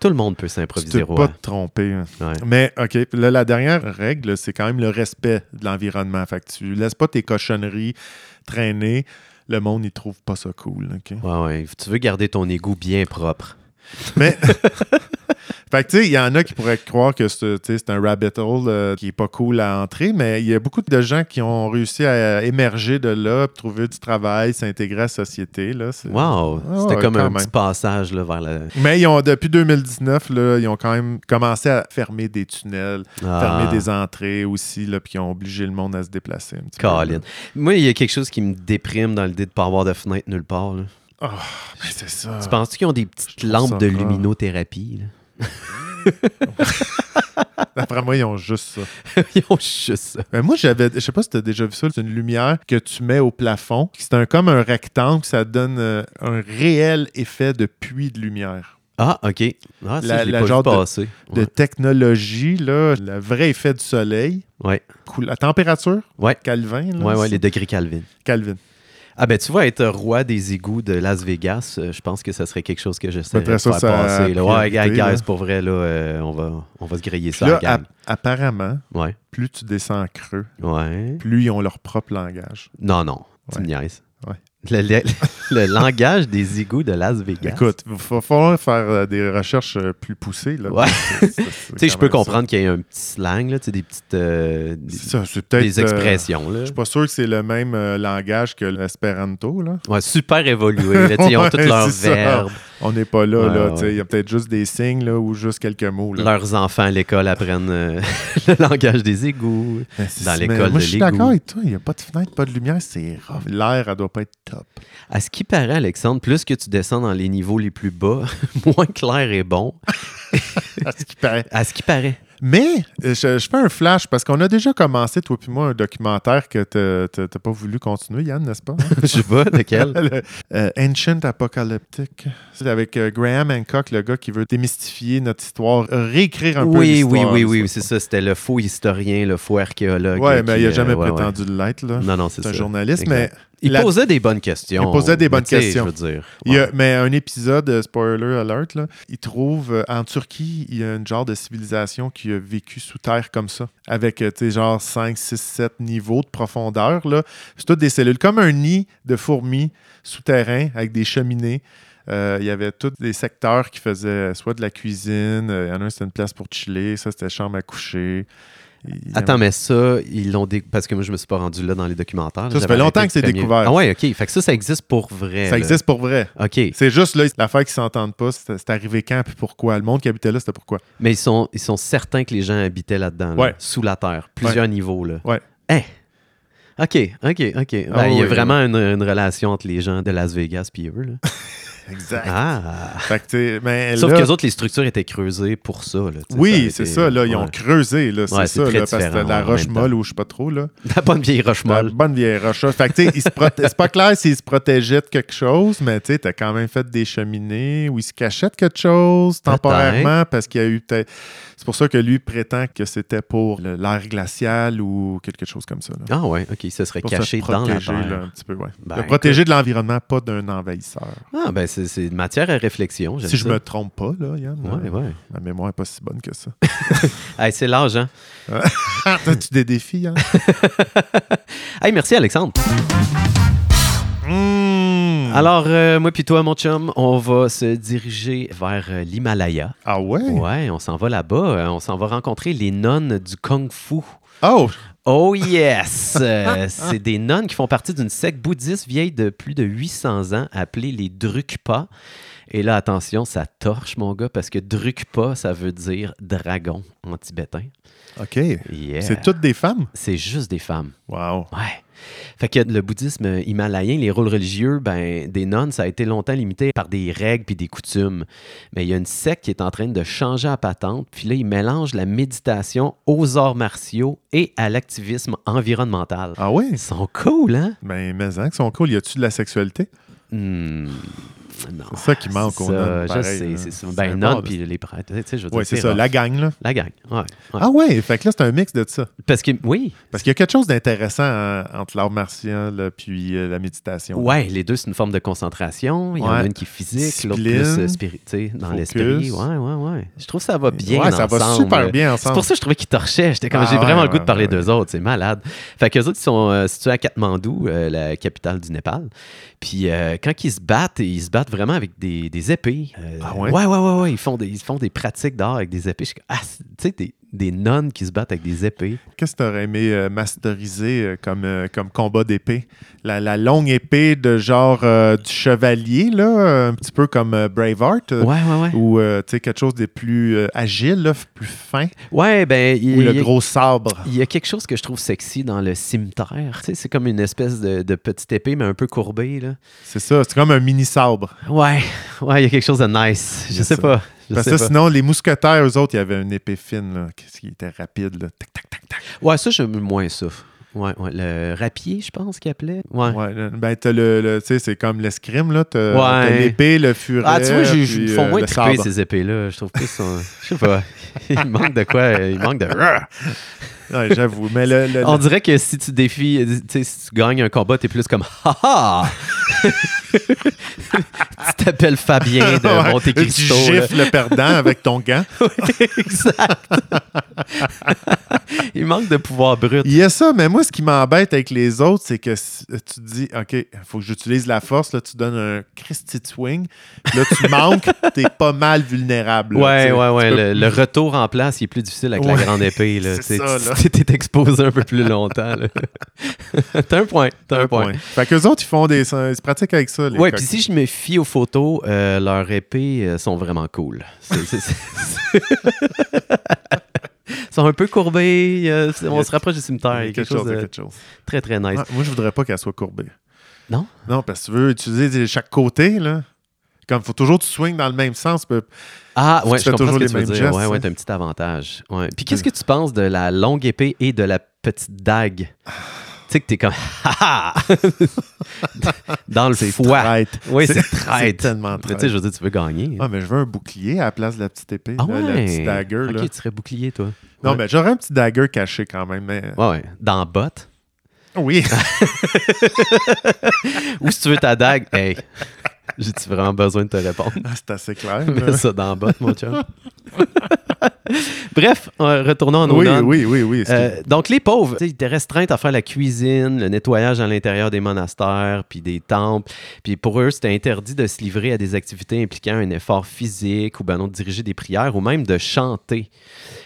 Speaker 1: tout le monde peut
Speaker 2: Tu
Speaker 1: s'improviser
Speaker 2: ne peux
Speaker 1: roi.
Speaker 2: pas te tromper. hein.
Speaker 1: Ouais.
Speaker 2: Mais OK, puis là, la dernière règle, c'est quand même le respect de l'environnement. Fait que tu laisses pas tes cochonneries traîner. Le monde, il trouve pas ça cool. OK?
Speaker 1: Ouais, ouais. Tu veux garder ton égout bien propre.
Speaker 2: Mais. fait que, tu sais, il y en a qui pourraient croire que c'est tu sais, c'est un rabbit hole euh, qui est pas cool à entrer, mais il y a beaucoup de gens qui ont réussi à émerger de là, puis trouver du travail, s'intégrer à la société. Là, c'est-
Speaker 1: Wow!
Speaker 2: Ah
Speaker 1: C'était
Speaker 2: ouais,
Speaker 1: comme
Speaker 2: quand
Speaker 1: un
Speaker 2: même.
Speaker 1: petit passage là, vers la.
Speaker 2: Mais ils ont, depuis 2019, là, ils ont quand même commencé à fermer des tunnels,
Speaker 1: Ah.
Speaker 2: fermer des entrées aussi, là, puis ils ont obligé le monde à se déplacer. un petit peu, là.
Speaker 1: Colin. Moi, il y a quelque chose qui me déprime dans l'idée de ne pas avoir de fenêtre nulle part. là.
Speaker 2: Ah, mais c'est ça.
Speaker 1: Tu penses qu'ils ont des petites
Speaker 2: Ah. trouve ça
Speaker 1: lampes de
Speaker 2: rare.
Speaker 1: luminothérapie?
Speaker 2: (laughs)
Speaker 1: là?
Speaker 2: D'après moi, ils ont juste ça.
Speaker 1: Ils ont juste ça.
Speaker 2: Ben, moi, j'avais, je sais pas si tu as déjà vu ça, c'est une lumière que tu mets au plafond. C'est un, comme un rectangle, ça donne euh, un réel effet de puits de lumière.
Speaker 1: Ah, OK. Ah, ça,
Speaker 2: La-
Speaker 1: je l'ai
Speaker 2: la
Speaker 1: pas vu
Speaker 2: genre de-
Speaker 1: passer.
Speaker 2: De technologie, là, le vrai effet du soleil,
Speaker 1: Ouais.
Speaker 2: cool. la température,
Speaker 1: Ouais.
Speaker 2: Calvin, là,
Speaker 1: Ouais, ouais,
Speaker 2: c'est-
Speaker 1: les degrés Calvin.
Speaker 2: Calvin.
Speaker 1: Ah ben, tu vas être roi des égouts de Las Vegas. Euh, Je pense que ça serait quelque chose que j'essaierais de
Speaker 2: Mettrais ça
Speaker 1: faire
Speaker 2: sur la
Speaker 1: passer. là. Ouais,
Speaker 2: priorité,
Speaker 1: guys,
Speaker 2: là.
Speaker 1: guys, pour vrai, là, euh, on, va, on va se griller
Speaker 2: Puis
Speaker 1: ça,
Speaker 2: là,
Speaker 1: la gang.
Speaker 2: app- apparemment,
Speaker 1: Ouais,
Speaker 2: plus tu descends creux,
Speaker 1: ouais.
Speaker 2: plus ils ont leur propre langage.
Speaker 1: Non, non, tu
Speaker 2: Ouais.
Speaker 1: me niaises.
Speaker 2: Ouais.
Speaker 1: Le,
Speaker 2: (laughs)
Speaker 1: le- le langage des égouts de Las Vegas.
Speaker 2: Écoute, il va falloir faire euh, des recherches euh, plus poussées. Là,
Speaker 1: Ouais.
Speaker 2: (laughs) C'est- c'est- c'est
Speaker 1: Tu sais, je
Speaker 2: quand
Speaker 1: peux
Speaker 2: même ça.
Speaker 1: comprendre qu'il y a un petit slang, là, tu sais, des petites euh, des,
Speaker 2: C'est ça, c'est peut-être.
Speaker 1: des
Speaker 2: euh,
Speaker 1: expressions. là.
Speaker 2: Je suis pas sûr que c'est le même euh, langage que l'espéranto, là.
Speaker 1: Ouais, super évolué. là, tu sais, ils ont tous
Speaker 2: (laughs) Ouais,
Speaker 1: leurs
Speaker 2: c'est ça.
Speaker 1: verbes,
Speaker 2: On n'est pas là,
Speaker 1: Ouais,
Speaker 2: là.
Speaker 1: ouais.
Speaker 2: tu sais, Il y a peut-être juste des signes, là, ou juste quelques mots, là.
Speaker 1: leurs enfants à l'école apprennent euh, (laughs) le langage des égouts.
Speaker 2: Mais c'est-
Speaker 1: dans
Speaker 2: mais
Speaker 1: l'école
Speaker 2: Moi,
Speaker 1: de
Speaker 2: je suis
Speaker 1: l'égout.
Speaker 2: d'accord avec toi. Il n'y a pas de fenêtre, pas de lumière. C'est rough. L'air, elle doit pas être
Speaker 1: (laughs)
Speaker 2: top.
Speaker 1: À ce qui paraît, Alexandre, plus que tu descends dans les niveaux les plus bas, (laughs) moins clair est bon.
Speaker 2: À ce qui paraît.
Speaker 1: À ce qui paraît.
Speaker 2: Ben, Mais euh, je, je fais un flash parce qu'on a déjà commencé, toi puis moi, un documentaire que t'as- t'as t'as pas voulu continuer, Yann, n'est-ce pas?
Speaker 1: (laughs) Je sais pas lequel.
Speaker 2: (laughs) Le, euh, Ancient Apocalyptic. C'est avec euh, Graham Hancock, le gars qui veut démystifier notre histoire, réécrire un peu
Speaker 1: Oui, oui,
Speaker 2: l'histoire.
Speaker 1: oui, oui, c'est ça. C'était le faux historien, le faux archéologue.
Speaker 2: Ouais,
Speaker 1: euh,
Speaker 2: mais
Speaker 1: qui,
Speaker 2: il n'a
Speaker 1: euh,
Speaker 2: jamais
Speaker 1: ouais, ouais.
Speaker 2: prétendu l'être, là.
Speaker 1: Non, non, c'est
Speaker 2: C'est un
Speaker 1: ça.
Speaker 2: journaliste,
Speaker 1: Exact.
Speaker 2: mais
Speaker 1: Il
Speaker 2: la-
Speaker 1: posait des bonnes questions.
Speaker 2: Il posait des
Speaker 1: mais
Speaker 2: bonnes
Speaker 1: tu sais,
Speaker 2: questions.
Speaker 1: Je veux dire.
Speaker 2: Il y a-
Speaker 1: Ouais.
Speaker 2: mais un épisode, euh, spoiler alert, là, il trouve euh, en Turquie, il y a une genre de civilisation qui a vécu sous terre comme ça, avec euh, tu sais, genre 5, 6, 7 niveaux de profondeur. là. C'est toutes des cellules, comme un nid de fourmis souterrain avec des cheminées. Euh, il y avait tous des secteurs qui faisaient soit de la cuisine, euh, il y en a un c'était une place pour chiller, ça c'était chambre à coucher. Il y avait-
Speaker 1: Attends, mais ça, ils l'ont dé- parce que moi je me suis pas rendu là dans les documentaires. là,
Speaker 2: Ça, ça
Speaker 1: j'avais
Speaker 2: fait longtemps
Speaker 1: arrêté
Speaker 2: que c'est
Speaker 1: du premier.
Speaker 2: découvert.
Speaker 1: Ah ouais, ok. Fait que ça, ça existe pour vrai.
Speaker 2: ça
Speaker 1: là.
Speaker 2: existe pour vrai.
Speaker 1: Ok.
Speaker 2: C'est juste là, l'affaire qui s'entendent pas, c'est c'est arrivé quand puis pourquoi. Le monde qui habitait là, c'était pourquoi.
Speaker 1: Mais ils sont, ils sont certains que les gens habitaient là-dedans, là,
Speaker 2: Ouais.
Speaker 1: sous la terre, plusieurs niveaux. Là.
Speaker 2: Ouais.
Speaker 1: Hein? OK, OK, OK. Ben,
Speaker 2: Ah
Speaker 1: il y a
Speaker 2: oui,
Speaker 1: vraiment une, une relation entre les gens de Las Vegas et eux. Là.
Speaker 2: Exact.
Speaker 1: Ah!
Speaker 2: Fait que, tu sais, mais
Speaker 1: Sauf
Speaker 2: là-
Speaker 1: qu'eux autres, les structures étaient creusées pour ça. là, tu sais, ça
Speaker 2: Oui,
Speaker 1: avait
Speaker 2: c'est
Speaker 1: été-
Speaker 2: ça. Là, Ils
Speaker 1: ouais.
Speaker 2: ont creusé. Là, c'est
Speaker 1: Ouais, c'est
Speaker 2: ça.
Speaker 1: très
Speaker 2: là, parce que
Speaker 1: différent,
Speaker 2: c'était de la
Speaker 1: en
Speaker 2: roche
Speaker 1: même temps.
Speaker 2: molle ou je sais pas trop. Là.
Speaker 1: (laughs) La bonne vieille roche
Speaker 2: La
Speaker 1: molle.
Speaker 2: bonne vieille roche. là. Fait que, tu sais, ils
Speaker 1: (laughs)
Speaker 2: se proté- c'est pas clair s'ils se protégeaient de quelque chose, mais tu sais, t'as quand même fait des cheminées où ils se cachaient de quelque chose temporairement parce qu'il y a eu peut-être. C'est pour ça que lui prétend que c'était pour le- l'air glacial ou quelque chose comme ça. là.
Speaker 1: Ah ouais, OK, ça serait
Speaker 2: Pour se
Speaker 1: caché dans la
Speaker 2: protéger,
Speaker 1: terre.
Speaker 2: là, un petit peu, ouais.
Speaker 1: Ben,
Speaker 2: Le protéger de l'environnement, pas d'un envahisseur.
Speaker 1: Ah ben, c'est c'est une matière à réflexion, j'aime
Speaker 2: Si je
Speaker 1: ça.
Speaker 2: me trompe pas, là, Yann,
Speaker 1: Ouais,
Speaker 2: euh,
Speaker 1: ouais.
Speaker 2: ma mémoire est pas si bonne que ça. (laughs)
Speaker 1: Hey, c'est l'âge, hein?
Speaker 2: Ah, T'as-tu des défis, Yann?
Speaker 1: Hey, merci Alexandre.
Speaker 2: Mmh.
Speaker 1: Alors, euh, moi puis toi, mon chum, on va se diriger vers euh, l'Himalaya.
Speaker 2: Ah ouais?
Speaker 1: Ouais, on s'en va là-bas. Euh, On s'en va rencontrer les nonnes du Kung Fu.
Speaker 2: Oh!
Speaker 1: Oh
Speaker 2: (laughs)
Speaker 1: yes! Euh, c'est des nonnes qui font partie d'une secte bouddhiste vieille de plus de 800 ans appelée les Drukpa. Et là, attention, ça torche, mon gars, parce que Drukpa, ça veut dire dragon en tibétain.
Speaker 2: OK.
Speaker 1: Yeah.
Speaker 2: C'est toutes des femmes?
Speaker 1: C'est juste des femmes.
Speaker 2: Wow.
Speaker 1: Ouais. Fait que le bouddhisme himalayen, les rôles religieux ben, des nonnes, ça a été longtemps limité par des règles puis des coutumes. Mais il y a une secte qui est en train de changer à patente. Puis là, ils mélangent la méditation aux arts martiaux et à l'activisme environnemental.
Speaker 2: Ah oui?
Speaker 1: Ils sont cool, hein?
Speaker 2: Ben, mais hein, qui sont cool. Y a-tu de la sexualité?
Speaker 1: Hmm, non.
Speaker 2: C'est ça qui manque
Speaker 1: Ah, C'est
Speaker 2: aux
Speaker 1: ça,
Speaker 2: nonnes,
Speaker 1: Je
Speaker 2: pareil,
Speaker 1: sais,
Speaker 2: là.
Speaker 1: c'est ça.
Speaker 2: C'est
Speaker 1: Ben,
Speaker 2: un
Speaker 1: nonnes
Speaker 2: bord,
Speaker 1: puis les prêtres. Tu sais, je veux
Speaker 2: Oui,
Speaker 1: dire,
Speaker 2: c'est ça,
Speaker 1: rough.
Speaker 2: la gang, là.
Speaker 1: La gang, ouais, ouais.
Speaker 2: Ah Ben, ouais, fait que là, c'est un mix de ça.
Speaker 1: Parce que, oui,
Speaker 2: Parce qu'il y a quelque chose d'intéressant hein, entre l'art martial puis euh, la méditation.
Speaker 1: Ouais, les deux, c'est une forme de concentration. Il y en a
Speaker 2: Ouais.
Speaker 1: une qui est physique, l'autre plus
Speaker 2: Discipline,
Speaker 1: euh, spiri- tu sais, dans
Speaker 2: focus.
Speaker 1: l'esprit. Ouais, ouais, ouais. Je trouve que ça va bien.
Speaker 2: Ouais, ça va
Speaker 1: ensemble.
Speaker 2: super bien
Speaker 1: C'est
Speaker 2: ensemble.
Speaker 1: pour ça que je trouvais qu'ils torchaient. J'étais comme,
Speaker 2: Ah
Speaker 1: j'ai vraiment
Speaker 2: ouais,
Speaker 1: le goût de
Speaker 2: ouais,
Speaker 1: parler
Speaker 2: ouais.
Speaker 1: d'eux autres. C'est malade. Fait qu'eux autres, ils sont euh, situés à Katmandou, euh, la capitale du Népal. Puis euh, quand ils se battent, ils se battent vraiment avec des, des épées. Euh,
Speaker 2: Ah ouais?
Speaker 1: Ouais, ouais, ouais, ouais. Ils font des, ils font des pratiques d'art avec des épées. Je suis comme, ah, c'est- tu sais, des, des nonnes qui se battent avec des épées.
Speaker 2: Qu'est-ce que tu aurais aimé euh, masteriser euh, comme, euh, comme combat d'épée? La, la longue épée de genre euh, du chevalier, là, un petit peu comme euh, Braveheart, euh,
Speaker 1: Ouais, ouais, ouais.
Speaker 2: ou euh, tu sais, quelque chose de plus euh, agile, là, plus fin,
Speaker 1: Ouais, ben, il
Speaker 2: ou le
Speaker 1: il-
Speaker 2: gros sabre.
Speaker 1: Il y a quelque chose que je trouve sexy dans le cimetière. Tu sais, c'est comme une espèce de, de petite épée, mais un peu courbée. Là.
Speaker 2: C'est ça, c'est comme un mini sabre.
Speaker 1: Ouais, ouais, il y a quelque chose de nice.
Speaker 2: Il y
Speaker 1: Je
Speaker 2: a
Speaker 1: sais
Speaker 2: ça.
Speaker 1: pas. Je
Speaker 2: Parce
Speaker 1: sais
Speaker 2: que
Speaker 1: pas.
Speaker 2: sinon, les mousquetaires, eux autres, il y avait une épée fine, là, qu'est-ce qui était rapide, là. Tac, tac, tac, tac.
Speaker 1: Ouais, ça, j'aime moins ça. Ouais, ouais. Le rapier, je pense qu'il appelait. Ouais.
Speaker 2: Ouais, là, ben, t'as le, le- tu sais, c'est comme l'escrime, là. T'as
Speaker 1: Ouais.
Speaker 2: t'as l'épée, le furet.
Speaker 1: Ah, tu vois, j'ai-
Speaker 2: puis,
Speaker 1: ils me font
Speaker 2: euh,
Speaker 1: moins
Speaker 2: le
Speaker 1: triper
Speaker 2: sabre.
Speaker 1: ces épées-là. Je trouve plus. ça- Je sais pas. (laughs) Il manque de quoi euh, Il manque de.
Speaker 2: Ouais, j'avoue. Mais le.
Speaker 1: (laughs)
Speaker 2: le-
Speaker 1: On dirait que si tu défies, tu sais, si tu gagnes un combat, t'es plus comme ha
Speaker 2: (laughs)
Speaker 1: ha (laughs) Tu t'appelles Fabien de
Speaker 2: Ouais,
Speaker 1: Monte Cristo.
Speaker 2: (laughs) Tu
Speaker 1: là.
Speaker 2: gifles le perdant avec ton gant.
Speaker 1: (laughs) exact. Il manque de pouvoir brut.
Speaker 2: Il y a ça, mais moi, ce qui m'embête avec les autres, c'est que si- euh, tu te dis, OK, faut que j'utilise la force. Là, tu donnes un Christy Twing. Là, tu
Speaker 1: (laughs)
Speaker 2: manques, t'es pas mal vulnérable. là, tu
Speaker 1: Ouais,
Speaker 2: sais.
Speaker 1: ouais, ouais.
Speaker 2: Tu peux-
Speaker 1: Le, le retour en place, il est plus difficile avec la
Speaker 2: Ouais,
Speaker 1: grande épée. Là.
Speaker 2: c'est
Speaker 1: T'sais,
Speaker 2: ça,
Speaker 1: tu-
Speaker 2: là.
Speaker 1: t'es- T'es exposé un peu plus longtemps. là. T'as un point. T'as un, point.
Speaker 2: Fait qu'eux autres, ils font des. Ils se pratiquent avec ça. Les
Speaker 1: Ouais,
Speaker 2: coqs.
Speaker 1: puis si je me fie aux photos, euh, leurs épées euh, sont vraiment cool. C'est- c'est- c'est- (laughs) Ils sont un peu courbés. euh, c'est- on se rapproche du cimetière. Il y a quelque chose
Speaker 2: il y a
Speaker 1: de
Speaker 2: quelque chose.
Speaker 1: très, très nice.
Speaker 2: Ouais, moi, je voudrais pas qu'elle soit courbée.
Speaker 1: Non?
Speaker 2: Non, parce que tu veux utiliser des- chaque côté, là. Comme faut toujours que tu swings dans le même sens. tu peux-
Speaker 1: Ah,
Speaker 2: Faut
Speaker 1: ouais,
Speaker 2: que tu
Speaker 1: je
Speaker 2: fais
Speaker 1: comprends
Speaker 2: toujours
Speaker 1: ce que
Speaker 2: les
Speaker 1: tu veux
Speaker 2: mêmes
Speaker 1: dire.
Speaker 2: gestes,
Speaker 1: ouais, ouais,
Speaker 2: hein. Mm.
Speaker 1: t'as un petit avantage. Ouais. Puis qu'est-ce que tu penses de la longue épée et de la petite dague?
Speaker 2: Ah.
Speaker 1: Tu sais que t'es comme (laughs) Ha, ha! (laughs) dans le foie.
Speaker 2: Traite.
Speaker 1: Oui, c'est
Speaker 2: (laughs) C'est
Speaker 1: traite.
Speaker 2: tellement
Speaker 1: Mais tu sais,
Speaker 2: traite.
Speaker 1: je veux dire, tu veux gagner.
Speaker 2: Ah, mais je veux un bouclier à la place de la petite épée.
Speaker 1: Ah
Speaker 2: là, La petite dagger,
Speaker 1: ok,
Speaker 2: là.
Speaker 1: tu serais bouclier, toi.
Speaker 2: Non,
Speaker 1: ouais.
Speaker 2: mais j'aurais un petit dagger caché quand même. mais- euh,
Speaker 1: Ouais, ouais. Dans la botte.
Speaker 2: Oui. (laughs)
Speaker 1: Ou si tu veux ta dague, hey, j'ai-tu vraiment besoin de te répondre?
Speaker 2: Ah, c'est assez
Speaker 1: (laughs)
Speaker 2: clair. là.
Speaker 1: Mets ça dans la botte, mon chum. (laughs) Bref, euh, retournons à nos
Speaker 2: Oui,
Speaker 1: nonnes.
Speaker 2: oui, oui, oui. c'est-
Speaker 1: Euh, donc, les pauvres, tu sais, ils étaient restreints à faire la cuisine, le nettoyage à l'intérieur des monastères, puis des temples. Puis pour eux, c'était interdit de se livrer à des activités impliquant un effort physique, ou ben non, de diriger des prières, ou même de chanter.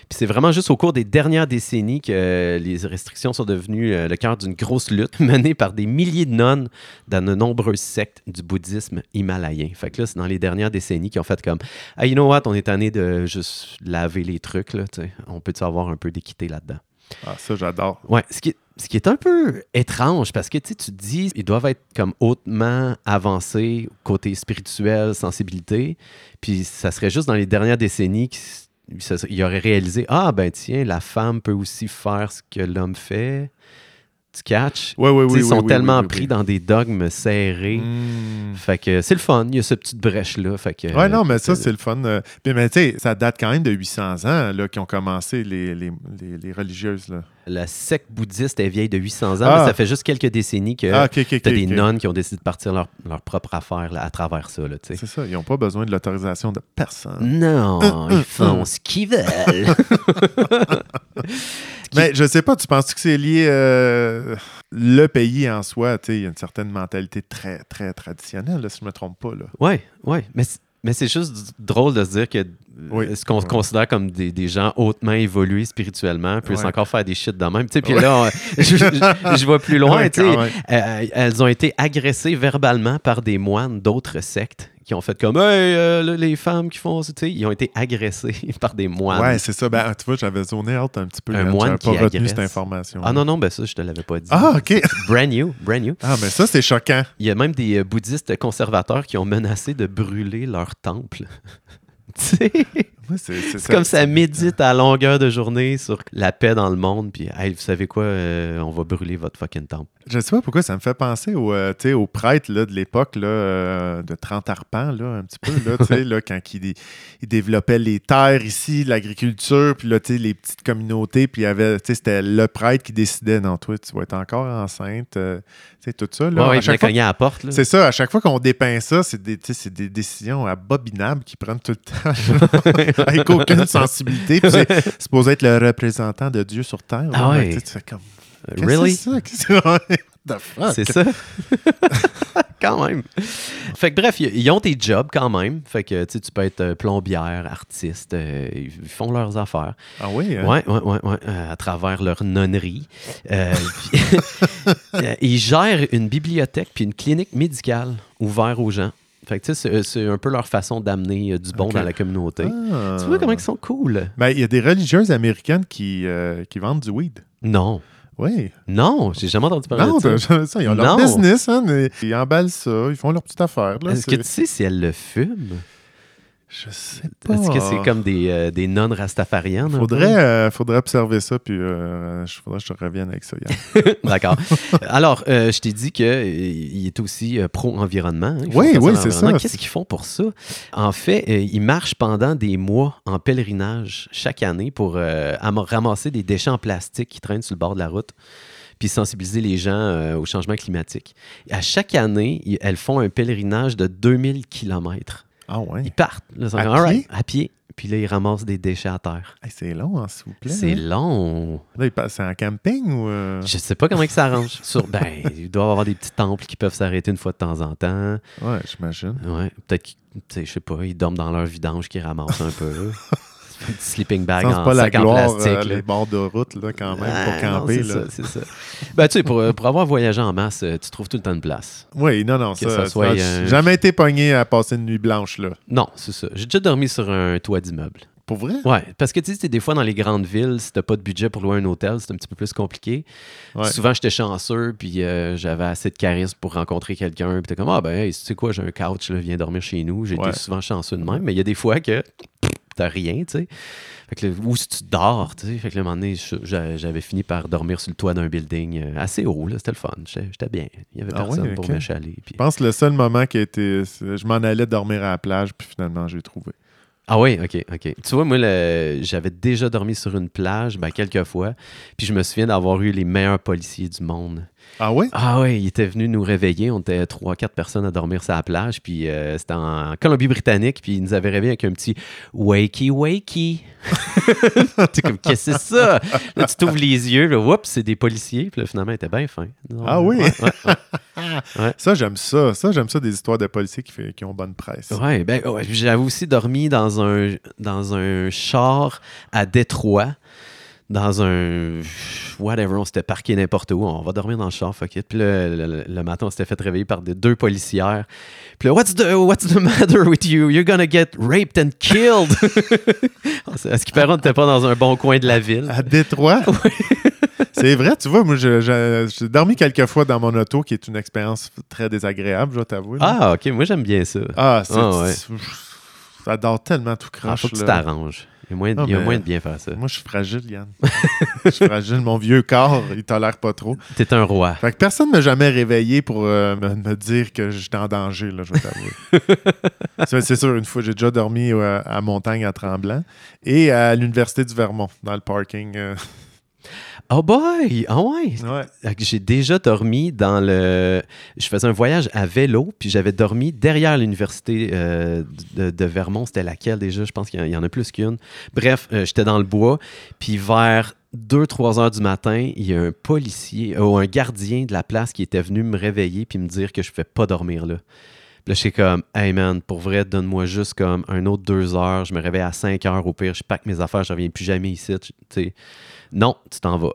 Speaker 1: Puis c'est vraiment juste au cours des dernières décennies que euh, les restrictions sont devenues euh, le cœur d'une grosse lutte (laughs) menée par des milliers de nonnes dans de nombreuses sectes du bouddhisme himalayen. Fait que là, c'est dans les dernières décennies qu'ils ont fait comme Hey, you know what, on est tanné de juste laver les trucs, là, tu sais. On peut-tu avoir un peu d'équité là-dedans?
Speaker 2: Ah, ça, j'adore.
Speaker 1: Ouais, ce qui, est- ce qui est un peu étrange parce que tu sais, tu te dis, ils doivent être comme hautement avancés côté spirituel, sensibilité, puis ça serait juste dans les dernières décennies qu'ils s- ça- ça- ils auraient réalisé ah ben tiens, la femme peut aussi faire ce que l'homme fait. Tu catches?
Speaker 2: Oui, oui,
Speaker 1: Tu
Speaker 2: oui.
Speaker 1: sais, ils
Speaker 2: oui,
Speaker 1: sont
Speaker 2: oui,
Speaker 1: tellement
Speaker 2: oui, oui,
Speaker 1: pris
Speaker 2: oui.
Speaker 1: dans des dogmes serrés.
Speaker 2: Hmm.
Speaker 1: Fait que c'est le fun, il y a cette petite brèche-là. Fait que,
Speaker 2: Ouais, non, mais ça,
Speaker 1: euh,
Speaker 2: c'est le fun. euh. Puis, mais tu sais, ça date quand même de 800 ans là, qui ont commencé les, les, les, les religieuses. Là.
Speaker 1: La secte bouddhiste est vieille de 800 ans,
Speaker 2: Ah.
Speaker 1: mais ça fait juste quelques décennies que
Speaker 2: Ah, ok, ok, ok.
Speaker 1: Euh, T'as des
Speaker 2: ok.
Speaker 1: nonnes qui ont décidé de partir leur, leur propre affaire là, à travers ça, là, tu sais.
Speaker 2: C'est ça, ils n'ont pas besoin de l'autorisation de
Speaker 1: Mm,
Speaker 2: personne.
Speaker 1: Non,
Speaker 2: Euh,
Speaker 1: ils font ce qu'ils veulent.
Speaker 2: (laughs)
Speaker 1: Qui-
Speaker 2: Mais je sais pas, tu penses que c'est lié euh, le pays en soi, tu sais, il y a une certaine mentalité très très traditionnelle là, si je me trompe pas là.
Speaker 1: ouais, ouais. Mais, c'est- mais c'est juste drôle de se dire que euh,
Speaker 2: Oui.
Speaker 1: ce qu'on
Speaker 2: Ouais.
Speaker 1: considère comme des, des gens hautement évolués spirituellement puissent
Speaker 2: Ouais.
Speaker 1: encore faire des shit de même. Tu sais, Puis
Speaker 2: (laughs)
Speaker 1: là, on- je, je- je vais plus loin.
Speaker 2: Ouais,
Speaker 1: tu sais.
Speaker 2: quand même.
Speaker 1: Euh, elles ont été agressées verbalement par des moines d'autres sectes qui ont fait comme Hey, euh, là, les femmes qui font ça. Tu sais, Ils ont été agressés (laughs) par des moines.
Speaker 2: Ouais, c'est ça. Ben, tu vois, j'avais zoné out un petit peu.
Speaker 1: Un
Speaker 2: là.
Speaker 1: moine
Speaker 2: J'avais
Speaker 1: qui
Speaker 2: pas retenu
Speaker 1: agresse.
Speaker 2: cette information.
Speaker 1: Ah non, non, ben ça, je te l'avais pas dit.
Speaker 2: Ah, OK.
Speaker 1: Brand new, brand new.
Speaker 2: Ah, mais ça, c'est choquant.
Speaker 1: Il y a même des euh, bouddhistes conservateurs qui ont menacé de brûler leur temple. (laughs) Tu sais,
Speaker 2: Ouais, c'est c'est
Speaker 1: c'est comme ça médite à longueur de journée sur la paix dans le monde, puis hey, vous savez quoi, euh, on va brûler votre fucking temple.
Speaker 2: Je sais pas pourquoi ça me fait penser au, euh, tu sais, aux prêtres là, de l'époque là, euh, de 30 arpents, là, un petit peu, là, tu sais, là, quand ils, dé- ils développaient les terres ici, l'agriculture, puis là, tu sais, les petites communautés, puis il y avait, tu sais, c'était le prêtre qui décidait, non, toi, tu vas être encore enceinte, euh, tu sais, tout ça. Là,
Speaker 1: Ouais, ouais,
Speaker 2: à
Speaker 1: ils venaient
Speaker 2: chaque fois,
Speaker 1: cogner à la porte. là.
Speaker 2: c'est ça, à chaque fois qu'on dépeint ça, c'est des, tu sais, c'est des décisions abominables qu'ils prennent tout
Speaker 1: (laughs)
Speaker 2: le temps, avec aucune sensibilité, puis c'est supposé être le représentant de Dieu sur Terre.
Speaker 1: Ah
Speaker 2: là,
Speaker 1: ouais.
Speaker 2: tu sais, tu fais comme, Qu'est-ce que
Speaker 1: Euh, Really?
Speaker 2: c'est (laughs) ça? Qu'est-ce que- What the fuck?
Speaker 1: C'est ça. (laughs) quand même. Fait que bref, ils ils ont des jobs quand même. Fait que tu sais, tu peux être euh, plombière, artiste, euh, ils font leurs affaires.
Speaker 2: Ah oui? hein?
Speaker 1: Ouais, ouais, ouais, ouais, euh, à travers leur nonnerie.
Speaker 2: (laughs)
Speaker 1: Euh, puis- euh, ils gèrent une bibliothèque puis une clinique médicale ouverte aux gens. Fait que tu sais, c'est- c'est un peu leur façon d'amener euh, du bon
Speaker 2: Ok.
Speaker 1: dans la communauté.
Speaker 2: Ah.
Speaker 1: Tu vois comment ils sont cool?
Speaker 2: Ben, il y a des religieuses américaines qui, euh, qui vendent du weed.
Speaker 1: Non.
Speaker 2: Oui.
Speaker 1: Non, j'ai jamais entendu parler
Speaker 2: Non,
Speaker 1: de ça.
Speaker 2: t'as jamais ça. Ils ont leur
Speaker 1: Non.
Speaker 2: business, hein, mais ils emballent ça, ils font leur petite affaire. Là,
Speaker 1: Est-ce que
Speaker 2: c'est-
Speaker 1: tu sais si elles le fument?
Speaker 2: Je sais pas.
Speaker 1: Est-ce que c'est comme hein? des, euh, des nonnes rastafariennes? un peu?
Speaker 2: Faudrait, euh, faudrait observer ça, puis euh, je- faudrait que je te revienne avec ça. Yann.
Speaker 1: D'accord. (laughs) Alors, euh, je t'ai dit qu'il est aussi euh, pro-environnement. hein. Ils font
Speaker 2: Oui,
Speaker 1: attention
Speaker 2: oui,
Speaker 1: à
Speaker 2: c'est
Speaker 1: l'environnement.
Speaker 2: ça.
Speaker 1: Qu'est-ce qu'ils font pour ça? En fait, euh, ils marchent pendant des mois en pèlerinage chaque année pour euh, am- ramasser des déchets en plastique qui traînent sur le bord de la route puis sensibiliser les gens euh, au changement climatique. À chaque année, ils- elles font un pèlerinage de 2000 kilomètres.
Speaker 2: Ah ouais.
Speaker 1: Ils partent. là, ils sont
Speaker 2: À
Speaker 1: comme, All right,
Speaker 2: pied?
Speaker 1: à pied. Puis là, ils ramassent des déchets à terre.
Speaker 2: Hey, c'est long, hein, s'il vous plaît.
Speaker 1: C'est
Speaker 2: hein.
Speaker 1: long.
Speaker 2: Là, ils passent en camping ou. euh,
Speaker 1: Je sais pas comment ils s'arrangent. (laughs) Sur, ben, il doit y avoir des petits temples qui peuvent s'arrêter une fois de temps en temps.
Speaker 2: Ouais, j'imagine.
Speaker 1: Ouais, peut-être qu'ils, tu sais, je sais pas, ils dorment dans leur vidange qu'ils ramassent un peu. Un petit sleeping bag
Speaker 2: Sans
Speaker 1: en
Speaker 2: pas la
Speaker 1: Ah, sac en
Speaker 2: gloire,
Speaker 1: plastique.
Speaker 2: euh,
Speaker 1: là.
Speaker 2: les bords de route, là, quand même,
Speaker 1: Ah,
Speaker 2: pour camper.
Speaker 1: non, c'est
Speaker 2: là.
Speaker 1: ça, c'est ça. Ben, tu sais, pour, pour avoir voyagé en masse, euh, tu trouves tout le temps une place.
Speaker 2: Oui, non, non,
Speaker 1: Que
Speaker 2: ça.
Speaker 1: ça soit,
Speaker 2: j'ai
Speaker 1: euh,
Speaker 2: Jamais été pogné à passer une nuit blanche, là.
Speaker 1: Non, c'est ça. J'ai déjà dormi sur un toit d'immeuble.
Speaker 2: Pour vrai?
Speaker 1: Ouais, parce que tu sais, c'est des fois dans les grandes villes, si t'as pas de budget pour louer un hôtel, c'est un petit peu plus compliqué.
Speaker 2: Ouais.
Speaker 1: Souvent, j'étais chanceux, puis euh, j'avais assez de charisme pour rencontrer quelqu'un. Puis t'es comme, ah ben, hey, tu sais quoi, j'ai un couch, là, viens dormir chez nous. J'ai
Speaker 2: Ouais.
Speaker 1: été souvent chanceux de même, mais il y a des fois que t'as rien, tu sais. Fait que là, ou si tu dors, tu sais. Fait que là, un moment donné, je- j'a- j'avais fini par dormir sur le toit d'un building euh, assez haut, là, c'était le fun. J'étais j'étais bien. Il y avait
Speaker 2: Ah ouais,
Speaker 1: personne pour
Speaker 2: ok.
Speaker 1: m'échaler. puis-
Speaker 2: Je pense que le seul moment qui a été. c'est- Je m'en allais dormir à la plage, puis finalement, j'ai trouvé.
Speaker 1: Ah oui, ok, ok. Tu vois, moi, le- j'avais déjà dormi sur une plage, ben, quelques fois, puis je me souviens d'avoir eu les meilleurs policiers du monde.
Speaker 2: Ah ouais?
Speaker 1: Ah oui, ils étaient venus nous réveiller, on était trois, quatre personnes à dormir sur la plage, puis euh, c'était en Colombie-Britannique, puis ils nous avaient réveillés avec un petit « wakey, wakey ». (laughs) T'es comme « qu'est-ce que c'est ça? » Là, tu t'ouvres les yeux, là, oups, c'est des policiers, puis là, finalement, ils étaient bien fins. Donc,
Speaker 2: Ah oui?
Speaker 1: ouais, ouais, ouais.
Speaker 2: Ça, j'aime ça. Ça, j'aime ça des histoires de policiers qui, fait- qui ont bonne presse.
Speaker 1: Ouais, ben, ouais, puis j'avais aussi dormi dans un, dans un char à Détroit, dans un. Whatever, on s'était parqué n'importe où, on va dormir dans le char, fuck it. Puis là, le, le- le matin, on s'était fait réveiller par des, deux policières. Puis là, what's the, what's the matter with you? You're gonna get raped and killed! (laughs) Oh, à ce qui paraît, on n'était pas dans un bon coin de la ville. (laughs)
Speaker 2: À Détroit? C'est vrai, tu vois, moi, je- je- j'ai dormi quelques fois dans mon auto, qui est une expérience très désagréable, je dois t'avouer. là.
Speaker 1: Ah, ok, moi j'aime bien ça.
Speaker 2: Ah, c'est.
Speaker 1: Ah, ouais.
Speaker 2: pff, J'adore tellement tout
Speaker 1: Ah,
Speaker 2: croche.
Speaker 1: faut que tu
Speaker 2: là.
Speaker 1: t'arranges. Il y a moyen de-
Speaker 2: Non,
Speaker 1: il y a
Speaker 2: mais-
Speaker 1: moyen de bien faire ça.
Speaker 2: Moi, je suis fragile, Yann. je suis fragile. Mon vieux corps, il tolère pas trop.
Speaker 1: T'es un roi.
Speaker 2: Fait que personne ne m'a jamais réveillé pour euh, me, me dire que j'étais en danger, là, je vais t'avouer.
Speaker 1: (laughs)
Speaker 2: c'est, c'est sûr, une fois, j'ai déjà dormi euh, à Montagne, à Tremblant, et à l'Université du Vermont, dans le parking. euh.
Speaker 1: Oh boy! Ah ouais!
Speaker 2: Ouais.
Speaker 1: Fait que J'ai déjà dormi dans le. Je faisais un voyage à vélo, puis j'avais dormi derrière l'université euh, de, de Vermont. C'était laquelle déjà Je pense qu'il y en- il y en a plus qu'une. Bref, euh, j'étais dans le bois, puis vers 2-3 heures du matin, il y a un policier euh, ou un gardien de la place qui était venu me réveiller puis me dire que je ne pouvais pas dormir là. Puis là, j'étais comme, hey man, pour vrai, donne-moi juste comme un autre deux heures. Je me réveille à 5 heures au pire, je pack mes affaires, je reviens plus jamais ici. tu sais. Non, tu t'en vas.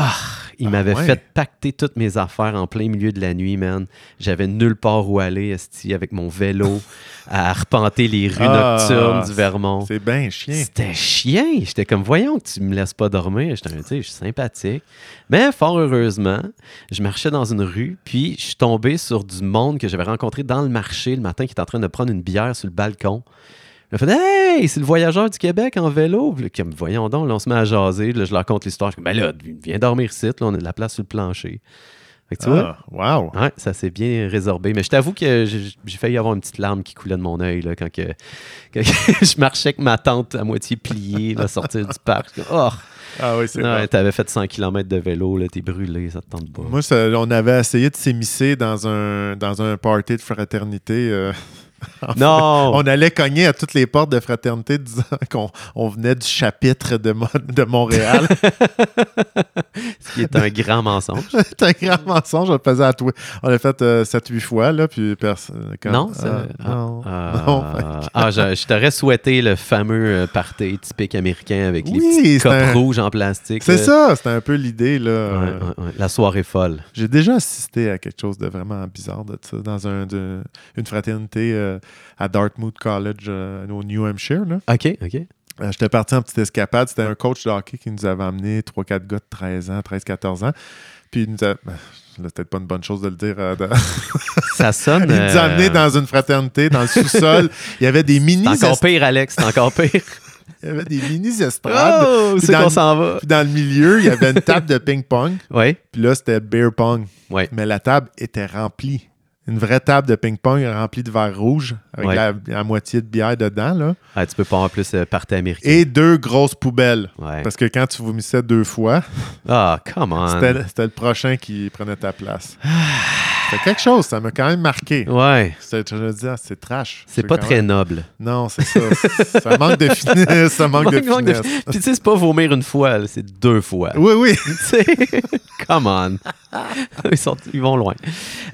Speaker 1: Ah, il
Speaker 2: Ah,
Speaker 1: m'avait
Speaker 2: ouais.
Speaker 1: fait pacter toutes mes affaires en plein milieu de la nuit, man. J'avais nulle part où aller, esti, avec mon
Speaker 2: (laughs)
Speaker 1: vélo, à arpenter les rues
Speaker 2: Ah,
Speaker 1: nocturnes du Vermont.
Speaker 2: C'est bien chien.
Speaker 1: C'était chien. J'étais comme, voyons, tu me laisses pas dormir. J'étais un, tu sais, je suis sympathique. Mais fort heureusement, je marchais dans une rue, puis je suis tombé sur du monde que j'avais rencontré dans le marché le matin qui était en train de prendre une bière sur le balcon. Je me Hey, c'est le voyageur du Québec en vélo. Puis là, comme, voyons donc, là, on se met à jaser. Là, je leur raconte l'histoire. Je suis comme, ben là, viens dormir ici. Là, on a de la place sur le plancher. Fait que tu vois,
Speaker 2: Ah, wow.
Speaker 1: Ouais, ça s'est bien résorbé. Mais je t'avoue que j'ai j'ai failli avoir une petite larme qui coulait de mon œil là, quand, que, (laughs) quand que je marchais avec ma tante à moitié pliée, là, sortir du parc. Oh,
Speaker 2: Ah oui, c'est
Speaker 1: Ouais,
Speaker 2: bon.
Speaker 1: t'avais fait 100 km de vélo, là, t'es brûlé, ça te tente pas.
Speaker 2: Moi, ça- on avait essayé de s'émisser dans un, dans un party de fraternité. euh, (laughs)
Speaker 1: non!
Speaker 2: On allait cogner à toutes les portes de fraternité disant qu'on on venait du chapitre de, Mo- de Montréal.
Speaker 1: (laughs) Ce qui est un grand mensonge.
Speaker 2: C'était un grand mensonge, on le faisait à toi. On l'a fait 7-8 fois, là, puis personne. comme,
Speaker 1: Non, c'est-
Speaker 2: ah, (laughs) non.
Speaker 1: Ah,
Speaker 2: non.
Speaker 1: ah, je, je t'aurais souhaité le fameux euh, party typique américain avec les
Speaker 2: Oui,
Speaker 1: petites
Speaker 2: c'est
Speaker 1: copes
Speaker 2: un-
Speaker 1: rouges en plastique.
Speaker 2: C'est
Speaker 1: là.
Speaker 2: ça, c'était un peu l'idée, là.
Speaker 1: Ouais,
Speaker 2: Euh,
Speaker 1: ouais, ouais. La soirée folle.
Speaker 2: J'ai déjà assisté à quelque chose de vraiment bizarre de ça, dans un, de- une fraternité euh, à Dartmouth College euh, au New Hampshire, là.
Speaker 1: OK, OK.
Speaker 2: Euh, J'étais parti en petite escapade. C'était un coach de hockey qui nous avait amené 3-4 gars de 13 ans, 13-14 ans. Puis il nous a. ben, là, C'est peut-être pas une bonne chose de le dire. euh, de- (laughs)
Speaker 1: Ça sonne.
Speaker 2: Il nous a amenés
Speaker 1: euh,
Speaker 2: dans une fraternité, dans le sous-sol. Il y avait des mini
Speaker 1: c'est encore pire, Alex, c'est encore
Speaker 2: (laughs)
Speaker 1: pire.
Speaker 2: Il y avait des mini estrades.
Speaker 1: Oh,
Speaker 2: Puis
Speaker 1: c'est
Speaker 2: dans
Speaker 1: qu'on
Speaker 2: le-
Speaker 1: s'en va.
Speaker 2: Puis dans le milieu, il y avait une table de ping-pong.
Speaker 1: Oui,
Speaker 2: Puis là, c'était beer pong.
Speaker 1: oui.
Speaker 2: Mais la table était remplie. Une vraie table de ping-pong remplie de verres rouges avec
Speaker 1: Ouais.
Speaker 2: la, la moitié de bière dedans. Là.
Speaker 1: Ah, tu peux pas avoir plus euh, party américain.
Speaker 2: Et deux grosses poubelles.
Speaker 1: Ouais.
Speaker 2: Parce que quand tu vomissais deux fois,
Speaker 1: Ah, come on.
Speaker 2: C'était c'était le prochain qui prenait ta place. C'était quelque chose, ça m'a quand même marqué.
Speaker 1: Ouais.
Speaker 2: C'est- Je me dis, ah, c'est trash.
Speaker 1: C'est pas
Speaker 2: quand
Speaker 1: très
Speaker 2: même-
Speaker 1: noble.
Speaker 2: Non, c'est ça. C'est- ça manque de finesse. Ça manque, de
Speaker 1: (laughs) Manque de-
Speaker 2: finesse.
Speaker 1: Puis tu sais, c'est pas vomir une fois, là, c'est deux fois.
Speaker 2: Oui, oui.
Speaker 1: (laughs) Tu sais, come on.
Speaker 2: (laughs)
Speaker 1: Ils, sont- ils vont loin.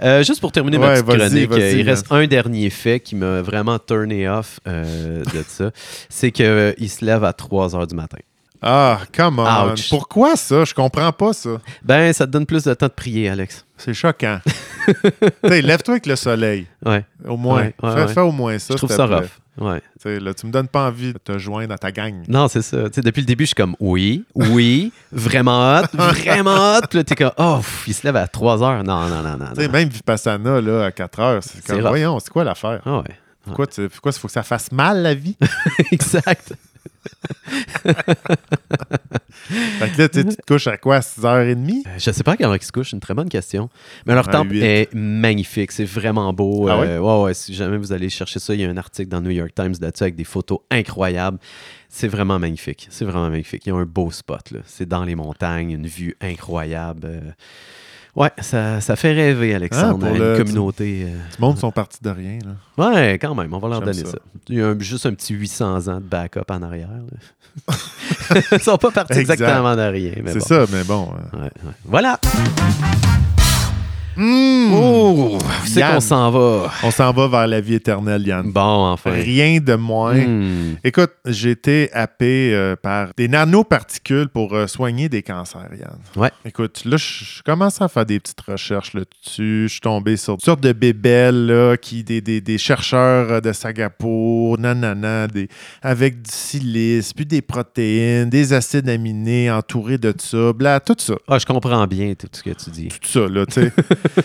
Speaker 1: Euh, juste pour terminer ma
Speaker 2: Ouais,
Speaker 1: petite
Speaker 2: vas-y,
Speaker 1: chronique,
Speaker 2: vas-y, hein.
Speaker 1: euh, il reste un dernier fait qui m'a vraiment turné off euh, de ça. c'est qu'il se lève à 3 heures du matin.
Speaker 2: Ah, come on.
Speaker 1: Ouch.
Speaker 2: Pourquoi ça? Je comprends pas ça.
Speaker 1: Ben, ça te donne plus de temps de prier, Alex.
Speaker 2: C'est
Speaker 1: (laughs)
Speaker 2: choquant. Tu sais, Lève-toi avec le soleil.
Speaker 1: Ouais,
Speaker 2: Au moins.
Speaker 1: Ouais, ouais,
Speaker 2: fais,
Speaker 1: ouais.
Speaker 2: fais au moins ça.
Speaker 1: je trouve
Speaker 2: s'il
Speaker 1: ça
Speaker 2: te plaît.
Speaker 1: rough. Ouais.
Speaker 2: Tu sais, Là, tu me donnes pas envie de te joindre à ta gang.
Speaker 1: Non, c'est ça. Tu sais, depuis le début, je suis comme oui, oui, vraiment
Speaker 2: (laughs)
Speaker 1: hot, vraiment hot. Puis là, t'es comme oh, pff, il se lève à 3 heures. Non, non, non, non.
Speaker 2: Tu sais,
Speaker 1: non.
Speaker 2: ben- même Vipassana là, à 4 heures, c'est comme,
Speaker 1: rough.
Speaker 2: voyons, c'est quoi l'affaire?
Speaker 1: Ah ouais. (laughs)
Speaker 2: Pourquoi il faut que ça fasse mal la vie?
Speaker 1: exact.
Speaker 2: Fait que là, tu sais, tu te couches à quoi? 6h30?
Speaker 1: Euh, Je sais pas à quelle heure ils se couchent, c'est une très bonne question. Mais leur
Speaker 2: À
Speaker 1: temple
Speaker 2: huit.
Speaker 1: est magnifique, c'est vraiment beau.
Speaker 2: Ah
Speaker 1: Euh, ouais, ouais, si jamais vous allez chercher ça, il y a un article dans le New York Times là-dessus avec des photos incroyables. C'est vraiment magnifique, c'est vraiment magnifique. Il y a un beau spot, là. c'est dans les montagnes, une vue incroyable. Euh, Ouais, ça, ça fait rêver, Alexandre,
Speaker 2: Ah, pour
Speaker 1: une
Speaker 2: le-
Speaker 1: communauté. euh,
Speaker 2: Le monde sont partis de rien. Là.
Speaker 1: Ouais, quand même, on va leur
Speaker 2: J'aime
Speaker 1: donner ça.
Speaker 2: ça.
Speaker 1: Il y a un- juste un petit 800 ans de backup en arrière. là. (laughs) Ils sont pas partis
Speaker 2: Exact.
Speaker 1: exactement de rien. mais
Speaker 2: C'est
Speaker 1: bon.
Speaker 2: ça, mais bon. euh.
Speaker 1: Ouais, ouais. Voilà.
Speaker 2: Hmm.
Speaker 1: Oh, c'est
Speaker 2: Yann.
Speaker 1: qu'on s'en va.
Speaker 2: On s'en va vers la vie éternelle, Yann.
Speaker 1: Bon, enfin.
Speaker 2: Rien de moins.
Speaker 1: Hmm.
Speaker 2: Écoute, j'ai été happé euh, par des nanoparticules pour euh, soigner des cancers, Yann.
Speaker 1: Ouais.
Speaker 2: Écoute, là, je je commence à faire des petites recherches là-dessus. Je suis tombé sur toutes sortes de bébelles, là, qui, des, des- des chercheurs euh, de Singapour, nanana, des, avec du silice, puis des protéines, des acides aminés entourés de ça, bla, tout ça.
Speaker 1: Ah, je comprends bien tout ce que tu dis.
Speaker 2: tout ça, là,
Speaker 1: (laughs)
Speaker 2: tu sais.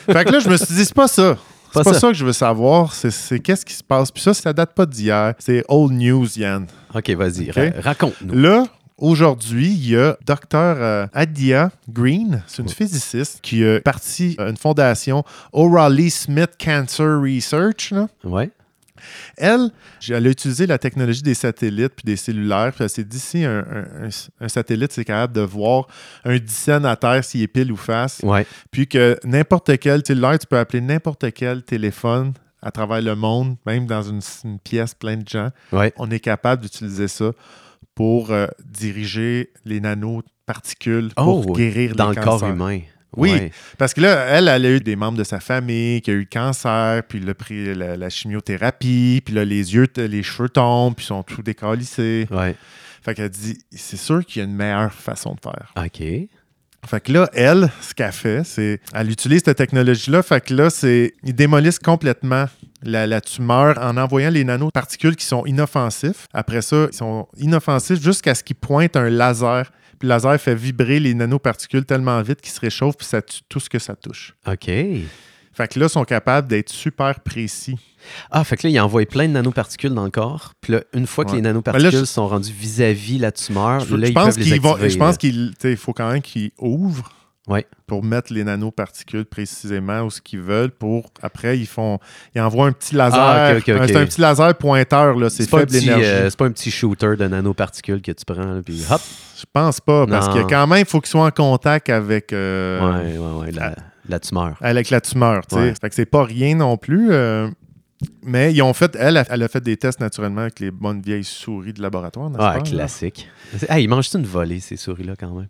Speaker 2: fait que là, je me suis dit, c'est pas ça.
Speaker 1: Pas
Speaker 2: C'est pas
Speaker 1: ça.
Speaker 2: ça. que je veux savoir, c'est- c'est qu'est-ce qui se passe. Puis ça, ça date pas d'hier. C'est old news, Yann.
Speaker 1: OK, vas-y,
Speaker 2: Ok.
Speaker 1: ra- raconte-nous.
Speaker 2: Là, aujourd'hui, il y a Dr. euh, Adia Green, c'est une physiciste, qui a parti une fondation O'Reilly Smith Cancer Research. là.
Speaker 1: Ouais.
Speaker 2: Elle, j- elle a utilisé la technologie des satellites puis des cellulaires. Puis elle s'est dit, si un, un- un- un satellite, c'est capable de voir un dizaine à terre s'il est pile ou face,
Speaker 1: Ouais.
Speaker 2: puis que n'importe quel cellulaire, tu peux appeler n'importe quel téléphone à travers le monde, même dans une, une pièce pleine de gens.
Speaker 1: Ouais.
Speaker 2: On est capable d'utiliser ça pour euh, diriger les nanoparticules
Speaker 1: Oh,
Speaker 2: pour guérir
Speaker 1: dans
Speaker 2: les
Speaker 1: le corps
Speaker 2: cancers.
Speaker 1: humain.
Speaker 2: Oui,
Speaker 1: Ouais.
Speaker 2: parce que là, elle, elle a eu des membres de sa famille qui a eu le cancer, puis elle a pris la, la chimiothérapie, puis là, les yeux, t- les cheveux tombent, puis ils sont tout décalissés.
Speaker 1: Ouais.
Speaker 2: Fait qu'elle dit, c'est sûr qu'il y a une meilleure façon de faire.
Speaker 1: OK.
Speaker 2: Fait que là, elle, ce qu'elle fait, c'est. Elle utilise cette technologie-là. Fait que là, c'est. Ils démolissent complètement la, la tumeur en envoyant les nanoparticules qui sont inoffensifs. Après ça, ils sont inoffensifs jusqu'à ce qu'ils pointent un laser. Puis le laser fait vibrer les nanoparticules tellement vite qu'ils se réchauffent, puis ça tue tout ce que ça touche.
Speaker 1: OK.
Speaker 2: Fait que là, ils sont capables d'être super précis.
Speaker 1: Ah, fait que là, il envoie plein de nanoparticules dans le corps. Puis là, une fois que
Speaker 2: Ouais.
Speaker 1: les nanoparticules
Speaker 2: Ben là, je-
Speaker 1: sont rendues vis-à-vis la tumeur,
Speaker 2: Je,
Speaker 1: Ah, là,
Speaker 2: je
Speaker 1: ils
Speaker 2: pense
Speaker 1: peuvent les
Speaker 2: qu'ils vont.
Speaker 1: activer,
Speaker 2: Je pense
Speaker 1: là.
Speaker 2: qu'il tu sais, il faut quand même qu'ils ouvrent
Speaker 1: Ouais.
Speaker 2: pour mettre les nanoparticules précisément où ce qu'ils veulent. Pour après, ils font, ils envoient un petit laser.
Speaker 1: Ah, ok, ok,
Speaker 2: un-
Speaker 1: ok.
Speaker 2: C'est un petit laser pointeur là. C'est
Speaker 1: C'est pas, un
Speaker 2: faible
Speaker 1: petit,
Speaker 2: énergie.
Speaker 1: euh, c'est pas un petit shooter de nanoparticules que tu prends, là, puis hop.
Speaker 2: Je pense pas parce
Speaker 1: Non.
Speaker 2: que quand même, il faut qu'ils soient en contact avec. euh,
Speaker 1: ouais, ouais, ouais, la, la tumeur.
Speaker 2: avec la tumeur. tu sais.
Speaker 1: Ouais.
Speaker 2: Fait que c'est pas rien non plus. euh, mais ils ont fait, elle, elle a fait des tests naturellement avec les bonnes vieilles souris de laboratoire. n'est-ce
Speaker 1: Ah,
Speaker 2: pas, là?
Speaker 1: classique. Ah, ils mangent une volée, ces souris-là, quand même?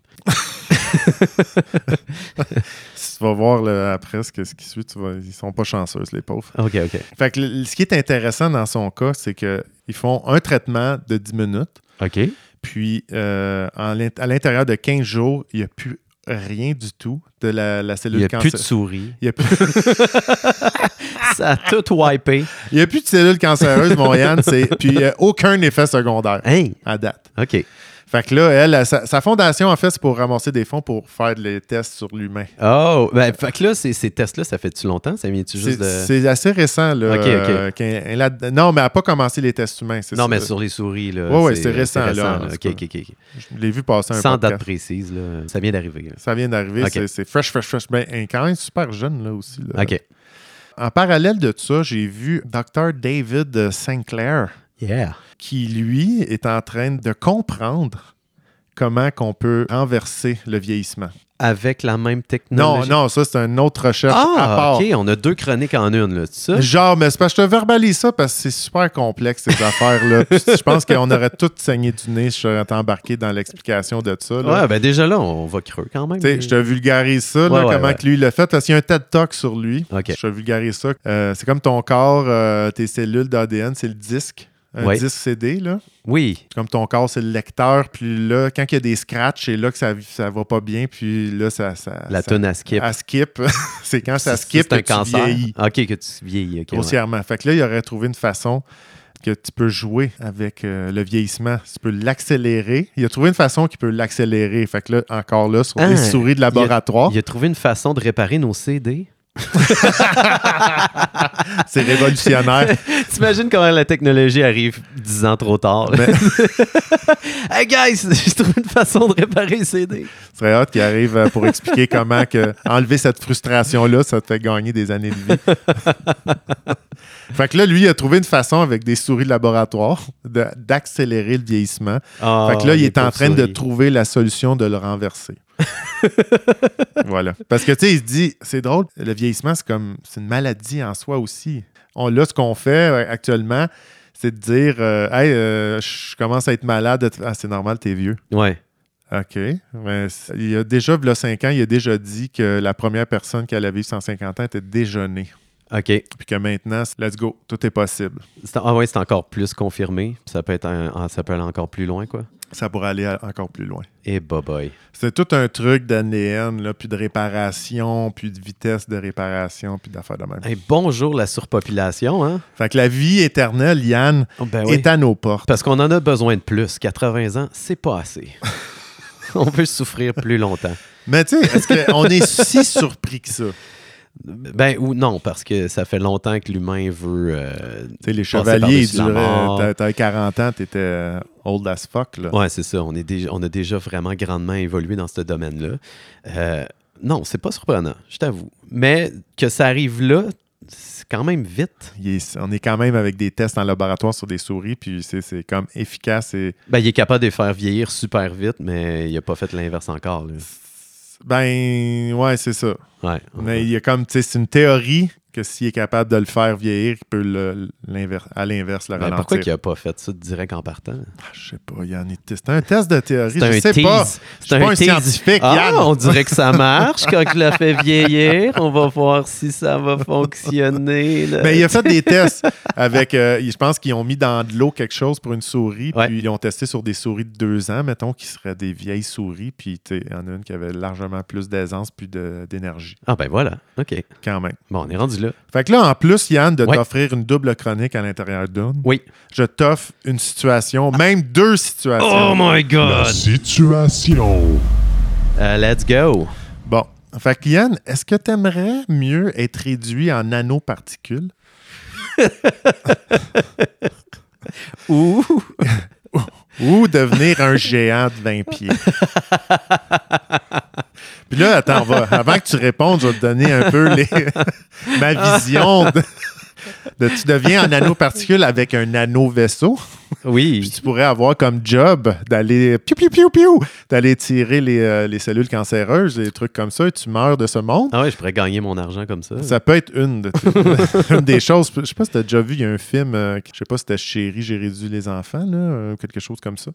Speaker 2: Tu vas voir là, après ce, que- ce qui suit, tu vas- ils sont pas chanceuses, les pauvres.
Speaker 1: OK, OK.
Speaker 2: Fait que le- ce qui est intéressant dans son cas, c'est qu'ils font un traitement de 10 minutes.
Speaker 1: OK.
Speaker 2: Puis, euh, en l'int- à l'intérieur de 15 jours, il n'y a plus rien du tout de la, la
Speaker 1: Il
Speaker 2: cellule
Speaker 1: n'y a plus de
Speaker 2: cancéreuse.
Speaker 1: souris.
Speaker 2: Il n'y a, plus-
Speaker 1: Ça a tout wipé.
Speaker 2: il y a plus de cellules cancéreuses, mon Yann. c'est- Puis, il n'y a aucun effet secondaire
Speaker 1: Hein?
Speaker 2: à date.
Speaker 1: OK.
Speaker 2: Fait que là, elle, sa, sa fondation, en fait, c'est pour ramasser des fonds pour faire des tests sur l'humain.
Speaker 1: Oh, ben, fait que là, ces, ces tests-là, ça fait-tu longtemps? Ça vient-tu
Speaker 2: C'est
Speaker 1: juste de.
Speaker 2: c'est assez récent, là.
Speaker 1: Ok,
Speaker 2: euh,
Speaker 1: ok.
Speaker 2: qu'elle- elle a- non, mais elle n'a pas commencé les tests humains, c'est
Speaker 1: Non,
Speaker 2: ça.
Speaker 1: mais sur les souris, là.
Speaker 2: Ouais, ouais, c'est récent, là, en
Speaker 1: OK,
Speaker 2: tout
Speaker 1: OK, OK.
Speaker 2: Je l'ai vu passer un
Speaker 1: Sans
Speaker 2: podcast.
Speaker 1: date précise, là. Ça vient d'arriver. là.
Speaker 2: Ça vient d'arriver.
Speaker 1: Ok.
Speaker 2: c'est- C'est fresh, fresh, fresh. Ben, un- quand même super jeune, là aussi. là.
Speaker 1: OK.
Speaker 2: En parallèle de ça, j'ai vu Dr. David euh, Sinclair,
Speaker 1: Yeah.
Speaker 2: qui, lui, est en train de comprendre comment qu'on peut renverser le vieillissement.
Speaker 1: Avec la même
Speaker 2: Non,
Speaker 1: technologie.
Speaker 2: non, ça, c'est une autre recherche à
Speaker 1: Ah,
Speaker 2: part.
Speaker 1: OK. On a deux chroniques en une, là. C'est ça?
Speaker 2: Genre, mais c'est parce que je te verbalise ça parce que c'est super complexe, ces (laughs) affaires-là. Puis Je pense qu'on aurait toutes saigné du nez si je serais embarqué dans l'explication de ça. là.
Speaker 1: Ouais, ben déjà là, on va creux quand même.
Speaker 2: Tu sais, je te vulgarise ça, là,
Speaker 1: Mm-hmm. Ouais, ouais,
Speaker 2: comment
Speaker 1: ouais.
Speaker 2: que lui l'a fait, parce qu'il y a un TED Talk sur lui.
Speaker 1: Ok.
Speaker 2: Je te vulgarise ça. Euh, c'est comme ton corps, euh, tes cellules d'ADN, c'est le disque. Un
Speaker 1: Ouais.
Speaker 2: disque CD, là.
Speaker 1: Oui.
Speaker 2: Comme ton corps, c'est le lecteur. Puis là, quand il y a des scratchs, c'est là que ça, ça va pas bien. Puis là, ça. ça
Speaker 1: La
Speaker 2: Ah, ça,
Speaker 1: tonne à skip.
Speaker 2: à skip. (laughs) c'est quand ça
Speaker 1: Si- si
Speaker 2: skip
Speaker 1: C'est un
Speaker 2: que tu
Speaker 1: cancer.
Speaker 2: vieillis,
Speaker 1: OK, que tu vieillis. OK. ouais.
Speaker 2: grossièrement. Fait que là, il aurait trouvé une façon que tu peux jouer avec euh, le vieillissement. Tu peux l'accélérer. Il a trouvé une façon qui peut l'accélérer. Fait que là, encore là, sur
Speaker 1: Ah,
Speaker 2: des souris de laboratoire.
Speaker 1: Il a trouvé une façon de réparer nos CD.
Speaker 2: C'est (laughs) révolutionnaire.
Speaker 1: (laughs) T'imagines comment la technologie arrive dix ans trop tard. là.
Speaker 2: Ben-
Speaker 1: (laughs) hey guys, (laughs) j'ai trouvé une façon de réparer les CD.
Speaker 2: Ce serait hâte qu'il arrive euh, pour expliquer comment que enlever cette frustration-là, ça te fait gagner des années de (laughs) vie. fait que là, lui, il a trouvé une façon avec des souris de laboratoire de- d'accélérer le vieillissement.
Speaker 1: Ah,
Speaker 2: Fait que là, Ah, il est en train de trouver la solution de le (laughs) renverser. voilà. Parce que tu sais, il se dit, c'est drôle, le vieillissement, c'est comme c'est une maladie en soi aussi. On, là, ce qu'on fait euh, actuellement, c'est de dire euh, Hey, euh, je commence à être malade. Ah, c'est normal, t'es vieux.
Speaker 1: Ouais.
Speaker 2: OK. Mais c- il y a déjà, il y a 5 ans, il a déjà dit que la première personne qui allait vivre 150 ans était déjeunée.
Speaker 1: OK.
Speaker 2: Puis que maintenant, c'est let's go, tout est possible.
Speaker 1: C'est- Ah ouais, c'est encore plus confirmé. Ça peut, être un- ah, ça peut aller encore plus loin, quoi.
Speaker 2: Ça pourrait aller à- encore plus loin.
Speaker 1: Et boboy.
Speaker 2: C'est tout un truc d'ADN, là, puis de réparation, puis de vitesse de réparation, puis d'affaires de même.
Speaker 1: Hey, Eh, bonjour la surpopulation, hein?
Speaker 2: Fait que la vie éternelle, Yann,
Speaker 1: Oh, ben
Speaker 2: est à nos portes.
Speaker 1: Parce qu'on en a besoin de plus. 80 ans, c'est pas
Speaker 2: (laughs)
Speaker 1: assez. On peut souffrir plus longtemps.
Speaker 2: Mais tu sais, est-ce qu'on est si (laughs) surpris que ça? Tu
Speaker 1: Ben ou non, parce que ça fait longtemps que l'humain veut. euh,
Speaker 2: sais, les
Speaker 1: Passer
Speaker 2: chevaliers,
Speaker 1: par-dessus
Speaker 2: ils
Speaker 1: la
Speaker 2: duraient-
Speaker 1: mort.
Speaker 2: t'as- T'as 40 ans, t'étais euh, old as fuck, là.
Speaker 1: Ouais, c'est ça. On, est déjà, on a déjà vraiment grandement évolué dans ce domaine-là. Euh, non, c'est pas surprenant, je t'avoue. Mais que ça arrive là, c'est quand même vite.
Speaker 2: Il est- on est quand même avec des tests en laboratoire sur des souris, puis c'est c'est comme efficace et.
Speaker 1: Ben, il est capable de les faire vieillir super vite, mais il a pas fait l'inverse encore. là.
Speaker 2: Ben, ouais, c'est ça.
Speaker 1: Ouais.
Speaker 2: Mais il y a comme, tu sais, c'est une théorie que s'il est capable de le faire vieillir, il peut le, l'inver- à l'inverse le
Speaker 1: Mais
Speaker 2: ralentir.
Speaker 1: pourquoi il a pas fait ça direct en partant?
Speaker 2: Ah, je sais pas, Yann. il- C'est un test de théorie.
Speaker 1: C'est
Speaker 2: je
Speaker 1: un
Speaker 2: sais
Speaker 1: tease.
Speaker 2: pas. Je
Speaker 1: C'est
Speaker 2: suis pas un
Speaker 1: tease.
Speaker 2: scientifique,
Speaker 1: Ah,
Speaker 2: Yann.
Speaker 1: on dirait que ça marche quand il l'a fait vieillir. On va voir si ça va fonctionner. là.
Speaker 2: (laughs) Mais il a
Speaker 1: (laughs)
Speaker 2: fait des tests avec. euh, il- je pense qu'ils ont mis dans de l'eau quelque chose pour une souris.
Speaker 1: Ouais.
Speaker 2: Puis ils l'ont testé sur des souris de deux ans, mettons, qui seraient des vieilles souris. Puis tu sais, il y en a une qui avait largement plus d'aisance puis de- d'énergie,
Speaker 1: Ah ben voilà, ok.
Speaker 2: quand même.
Speaker 1: Bon, on est rendu là.
Speaker 2: Fait que là, en plus, Yann, de
Speaker 1: Ouais.
Speaker 2: t'offrir une double chronique à l'intérieur d'une,
Speaker 1: Oui.
Speaker 2: je t'offre une situation, même deux situations.
Speaker 1: Oh
Speaker 3: La
Speaker 1: my god!
Speaker 3: situation.
Speaker 1: Euh, let's go.
Speaker 2: Bon. Fait que Yann, est-ce que t'aimerais mieux être réduit en nanoparticules?
Speaker 1: Ouh!
Speaker 2: Ou
Speaker 1: (laughs)
Speaker 2: devenir un géant de 20 pieds. Puis là, attends, va- avant que tu répondes, je vais te donner un peu les- (laughs) ma vision. De, de- tu deviens en nanoparticule avec un nano-vaisseau. Puis
Speaker 1: Oui.
Speaker 2: tu pourrais avoir comme job d'aller piou, piou, piou, piou, d'aller tirer les, euh, les cellules cancéreuses, des trucs comme ça, et tu meurs de ce monde.
Speaker 1: Ah ouais, je pourrais gagner mon argent comme ça.
Speaker 2: Ça peut être une, de tes- (laughs) une des choses. Je sais pas si t'as déjà vu, il y a un film, euh, je sais pas si c'était Chérie, j'ai réduit les enfants, là, euh, quelque chose comme ça.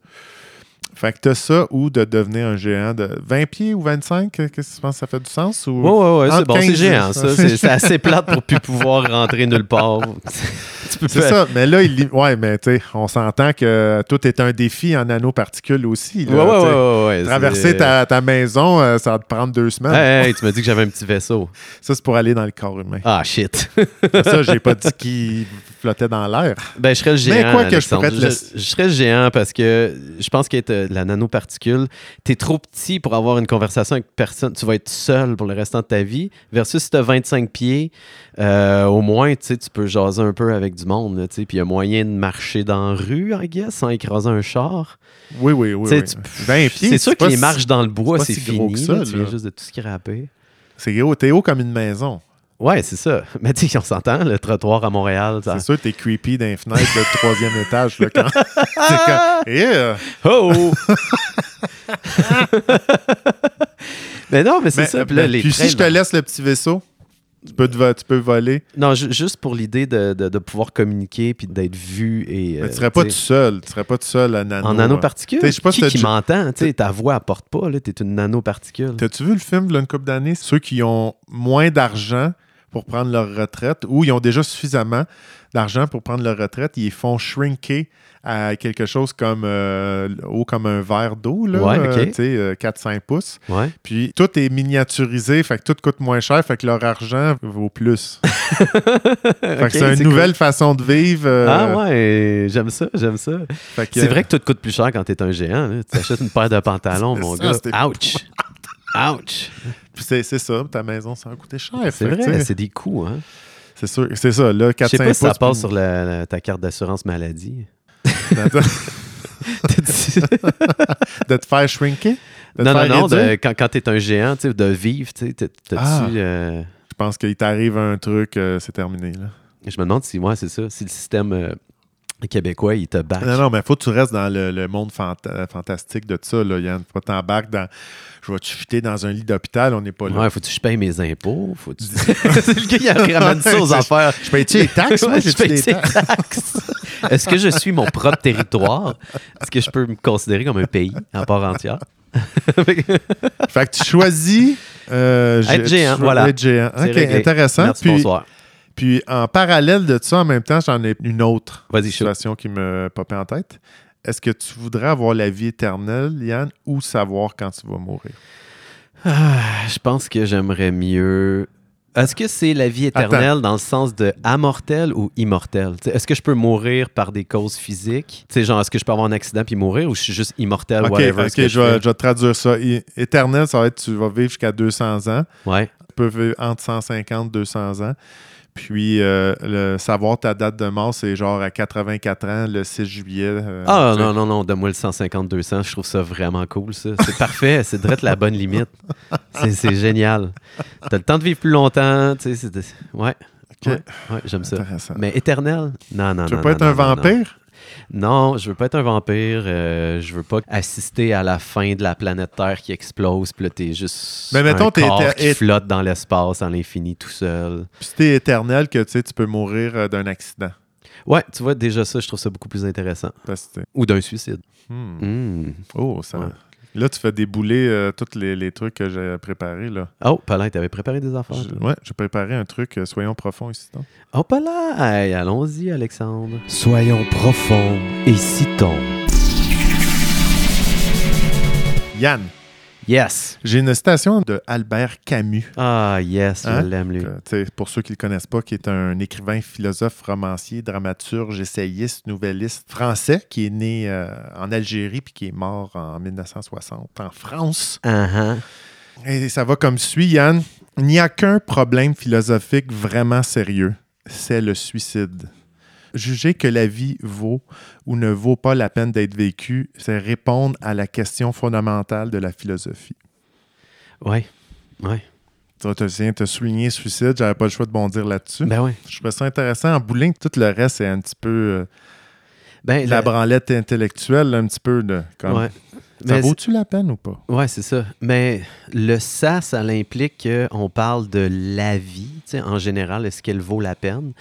Speaker 2: Fait que t'as ça ou de devenir un géant de 20 pieds ou 25, euh, qu'est-ce que tu penses, ça fait du sens? Ou...
Speaker 1: Ouais, ouais, ouais, c'est
Speaker 2: Entre
Speaker 1: bon, c'est
Speaker 2: 15
Speaker 1: géant,
Speaker 2: et-
Speaker 1: ça. C'est c'est assez plate pour plus pouvoir rentrer nulle part. tu peux
Speaker 2: C'est
Speaker 1: pas-
Speaker 2: ça, mais là, il... li- ouais, mais tu sais, on s'entend que tout est un défi en nanoparticules aussi. là,
Speaker 1: Ouais, ouais,
Speaker 2: tu
Speaker 1: ouais,
Speaker 2: sais.
Speaker 1: ouais, ouais,
Speaker 2: Traverser
Speaker 1: c'est-
Speaker 2: ta, ta maison, euh, ça va te prendre deux semaines.
Speaker 1: Hey, hey, tu m'as dit que j'avais un petit vaisseau.
Speaker 2: Ça, c'est pour aller dans le corps humain.
Speaker 1: Ah, shit.
Speaker 2: Ça, j'ai pas dit qu'il flottait dans l'air.
Speaker 1: Ben, je serais le géant.
Speaker 2: Mais quoi que je
Speaker 1: Alexandre.
Speaker 2: pourrais te laisser-
Speaker 1: je, je serais le géant parce que je pense qu'être euh, la nanoparticule, t'es trop petit pour avoir une conversation avec personne. Tu vas être seul pour le restant de ta vie. Versus si t'as 25 pieds, euh, au moins, tu sais, tu peux jaser un peu avec du monde, là, tu sais. Puis il y a moyen de marcher dans la rue, I guess, sans écraser un char.
Speaker 2: Oui, oui, oui.
Speaker 1: Tu sais,
Speaker 2: oui.
Speaker 1: tu-
Speaker 2: 20 pieds,
Speaker 1: c'est sûr que
Speaker 2: pas
Speaker 1: les
Speaker 2: si-
Speaker 1: marches dans le bois,
Speaker 2: pas
Speaker 1: c'est
Speaker 2: si gros
Speaker 1: fini.
Speaker 2: que ça,
Speaker 1: là. tu viens
Speaker 2: là.
Speaker 1: juste de tout scraper.
Speaker 2: C'est haut, t'es haut comme une maison.
Speaker 1: Ouais, c'est ça. (laughs) Mais tu sais, on s'entend, le trottoir à Montréal. ça-
Speaker 2: C'est sûr que t'es creepy d'un fenêtre de troisième étage. Là, quand... (laughs) c'est quand-
Speaker 1: (laughs)
Speaker 2: Yeah! (laughs)
Speaker 1: Oh! mais non, mais c'est
Speaker 2: Mais-
Speaker 1: ça. Puis là,
Speaker 2: mais-
Speaker 1: les ben,
Speaker 2: puis si
Speaker 1: trails-
Speaker 2: je te laisse le petit vaisseau, tu peux, te vo- tu peux voler.
Speaker 1: Non, ju- juste pour l'idée de, de- de pouvoir communiquer puis d'être vu et.
Speaker 2: mais
Speaker 1: euh,
Speaker 2: tu serais pas
Speaker 1: tu
Speaker 2: tout
Speaker 1: sais,
Speaker 2: seul. Tu serais pas tout seul hein. à nano.
Speaker 1: En nanoparticule.
Speaker 2: T'sais, je sais pas si
Speaker 1: qui
Speaker 2: t'as
Speaker 1: qui
Speaker 2: déjà-
Speaker 1: m'entend? Tu sais, ta voix apporte pas, là. T'es une nanoparticule.
Speaker 2: T'as-tu vu le film, là, une couple d'années? Ceux qui ont moins d'argent pour prendre leur retraite ou ils ont déjà suffisamment d'argent pour prendre leur retraite, ils font shrinker à quelque chose comme euh, haut comme un verre d'eau, là,
Speaker 1: Ouais, ok.
Speaker 2: euh, tu sais, euh, 4-5 pouces.
Speaker 1: Ouais.
Speaker 2: Puis tout est miniaturisé, fait que tout coûte moins cher, fait que leur argent
Speaker 1: (laughs)
Speaker 2: vaut plus. fait que
Speaker 1: Ok,
Speaker 2: c'est une
Speaker 1: cool.
Speaker 2: nouvelle façon de vivre. euh,
Speaker 1: Ah ouais, j'aime ça, j'aime ça.
Speaker 2: fait que-
Speaker 1: C'est vrai que tout coûte plus cher quand t'es un géant. là. Tu achètes une paire de pantalons,
Speaker 2: C'est
Speaker 1: mon
Speaker 2: ça, c'était
Speaker 1: gars. Ouch! Ouch!
Speaker 2: Puis c'est c'est ça, ta maison, ça va coûter cher.
Speaker 1: C'est
Speaker 2: fait que, tu
Speaker 1: vrai,
Speaker 2: sais,
Speaker 1: c'est des coûts, hein?
Speaker 2: C'est sûr, c'est ça,
Speaker 1: Je
Speaker 2: là, 4-5 pouces.
Speaker 1: sais pas si ça
Speaker 2: puis- (laughs)
Speaker 1: passe sur la- la- ta carte d'assurance maladie. T'as dit-
Speaker 2: de te faire shrinker? De te
Speaker 1: Non, non,
Speaker 2: faire
Speaker 1: non, de-
Speaker 2: réduire?
Speaker 1: quand, quand t'es un géant, tu sais, de vivre, tu sais, t'as- t'as-tu...
Speaker 2: Ah.
Speaker 1: euh,
Speaker 2: Je pense qu'il t'arrive un truc, euh, c'est terminé. Là.
Speaker 1: je me demande si, moi, c'est ça, si le système euh, québécois, il te bat.
Speaker 2: Non, non, mais faut que tu restes dans le, le monde fanta- fantastique de ça, là, Yann. Faut pas t'embarques dans. Je vais te chuter dans un lit d'hôpital, on n'est pas là.
Speaker 1: Ouais, faut-tu que je paye mes impôts?
Speaker 2: (laughs)
Speaker 1: Faut-tu... (laughs) c'est le gars qui a- ramène ça aux
Speaker 2: Ouais,
Speaker 1: affaires.
Speaker 2: Je paye-tu les taxes? moi?
Speaker 1: (laughs) Ouais, je
Speaker 2: J'ai-tu
Speaker 1: paye
Speaker 2: des
Speaker 1: ses
Speaker 2: taxes?
Speaker 1: taxes. Est-ce que je suis mon propre territoire? Est-ce que je peux me considérer comme un pays à part entière? (laughs)
Speaker 2: Fait que tu choisis. euh,
Speaker 1: Être
Speaker 2: je-
Speaker 1: géant,
Speaker 2: tu-
Speaker 1: voilà.
Speaker 2: Être géant.
Speaker 1: C'est
Speaker 2: Ok,
Speaker 1: réglé.
Speaker 2: intéressant.
Speaker 1: Merci,
Speaker 2: puis,
Speaker 1: bonsoir.
Speaker 2: puis en parallèle de ça, en même temps, j'en ai une autre
Speaker 1: Vas-y, chaud.
Speaker 2: situation qui me popait en tête. Est-ce que tu voudrais avoir la vie éternelle, Yann, ou savoir quand tu vas mourir?
Speaker 1: Ah, je pense que j'aimerais mieux. Est-ce que c'est la vie éternelle dans le sens de amortel ou immortel? T'sais, Est-ce que je peux mourir par des causes physiques? T'sais, genre, est-ce que je peux avoir un accident puis mourir ou je suis juste immortel?
Speaker 2: Ok,
Speaker 1: Euh, whatever,
Speaker 2: ok,
Speaker 1: ce que
Speaker 2: je,
Speaker 1: je
Speaker 2: vais, je vais traduire ça. I- Éternel, ça va être tu vas vivre jusqu'à 200 ans.
Speaker 1: fais? Ouais.
Speaker 2: Tu peux vivre entre 150 200 ans. Puis, euh, le savoir ta date de mort, c'est genre à 84 ans, le 6 juillet. euh,
Speaker 1: Ah
Speaker 2: tu sais.
Speaker 1: non, non, non, donne-moi le 150-200. Je trouve ça vraiment cool, ça. C'est parfait. C'est direct la bonne limite. C'est- C'est génial. T'as le temps de vivre plus longtemps. t'sais, c'est de- Ouais.
Speaker 2: Ok.
Speaker 1: Ouais, ouais, j'aime ça.
Speaker 2: Intéressant.
Speaker 1: Mais éternel? Non, non, non.
Speaker 2: tu veux
Speaker 1: non,
Speaker 2: pas être
Speaker 1: non,
Speaker 2: un
Speaker 1: non, non.
Speaker 2: vampire?
Speaker 1: non, je veux pas être un vampire, euh, je veux pas assister à la fin de la planète Terre qui explose, puis là, t'es juste
Speaker 2: Mais mettons,
Speaker 1: un
Speaker 2: t'es-
Speaker 1: corps
Speaker 2: t'es-
Speaker 1: qui
Speaker 2: et-
Speaker 1: flotte dans l'espace, dans l'infini, tout seul.
Speaker 2: Puis si t'es éternel, que tu sais, tu peux mourir euh, d'un accident.
Speaker 1: Ouais, tu vois, déjà ça, je trouve ça beaucoup plus intéressant.
Speaker 2: Parce que,
Speaker 1: Ou d'un suicide.
Speaker 2: hmm.
Speaker 1: Hmm.
Speaker 2: Oh, ça.
Speaker 1: Ouais.
Speaker 2: Là, tu fais débouler euh, tous les, les trucs que j'ai préparés. Là.
Speaker 1: Oh, Paulin, t'avais préparé des affaires.
Speaker 2: Je-
Speaker 1: toi?
Speaker 2: ouais, j'ai préparé un truc, euh, soyons profonds ici. non?
Speaker 1: Oh, Paulin, hey, allons-y, Alexandre. Soyons profonds et citons.
Speaker 2: Yann,
Speaker 1: Yes.
Speaker 2: j'ai une citation de Albert Camus.
Speaker 1: Ah, yes,
Speaker 2: Hein?
Speaker 1: je l'aime, lui.
Speaker 2: Euh, tu sais, pour ceux qui ne le connaissent pas, qui est un écrivain, philosophe, romancier, dramaturge, essayiste, nouvelliste français, qui est né euh, en Algérie puis qui est mort en 1960 en France.
Speaker 1: Uh-huh.
Speaker 2: Et ça va comme suit, Yann. Il n'y a qu'un problème philosophique vraiment sérieux, c'est le suicide. Juger que la vie vaut ou ne vaut pas la peine d'être vécue, c'est répondre à la question fondamentale de la philosophie.
Speaker 1: Ouais. Ouais.
Speaker 2: Tu vois, tu viens de te souligner suicide, j'avais pas le choix de bondir là-dessus.
Speaker 1: Ben ouais.
Speaker 2: Je trouvais ça intéressant. En bowling, tout le reste, c'est un petit peu euh,
Speaker 1: Ben,
Speaker 2: de la
Speaker 1: la-
Speaker 2: branlette intellectuelle, là, un petit peu de. Comme,
Speaker 1: Ouais.
Speaker 2: Ça
Speaker 1: Mais
Speaker 2: vaut-tu la peine ou pas?
Speaker 1: Ouais, c'est ça. Mais le ça, ça l'implique qu'on parle de la vie, tu sais, en général, est-ce qu'elle vaut la peine?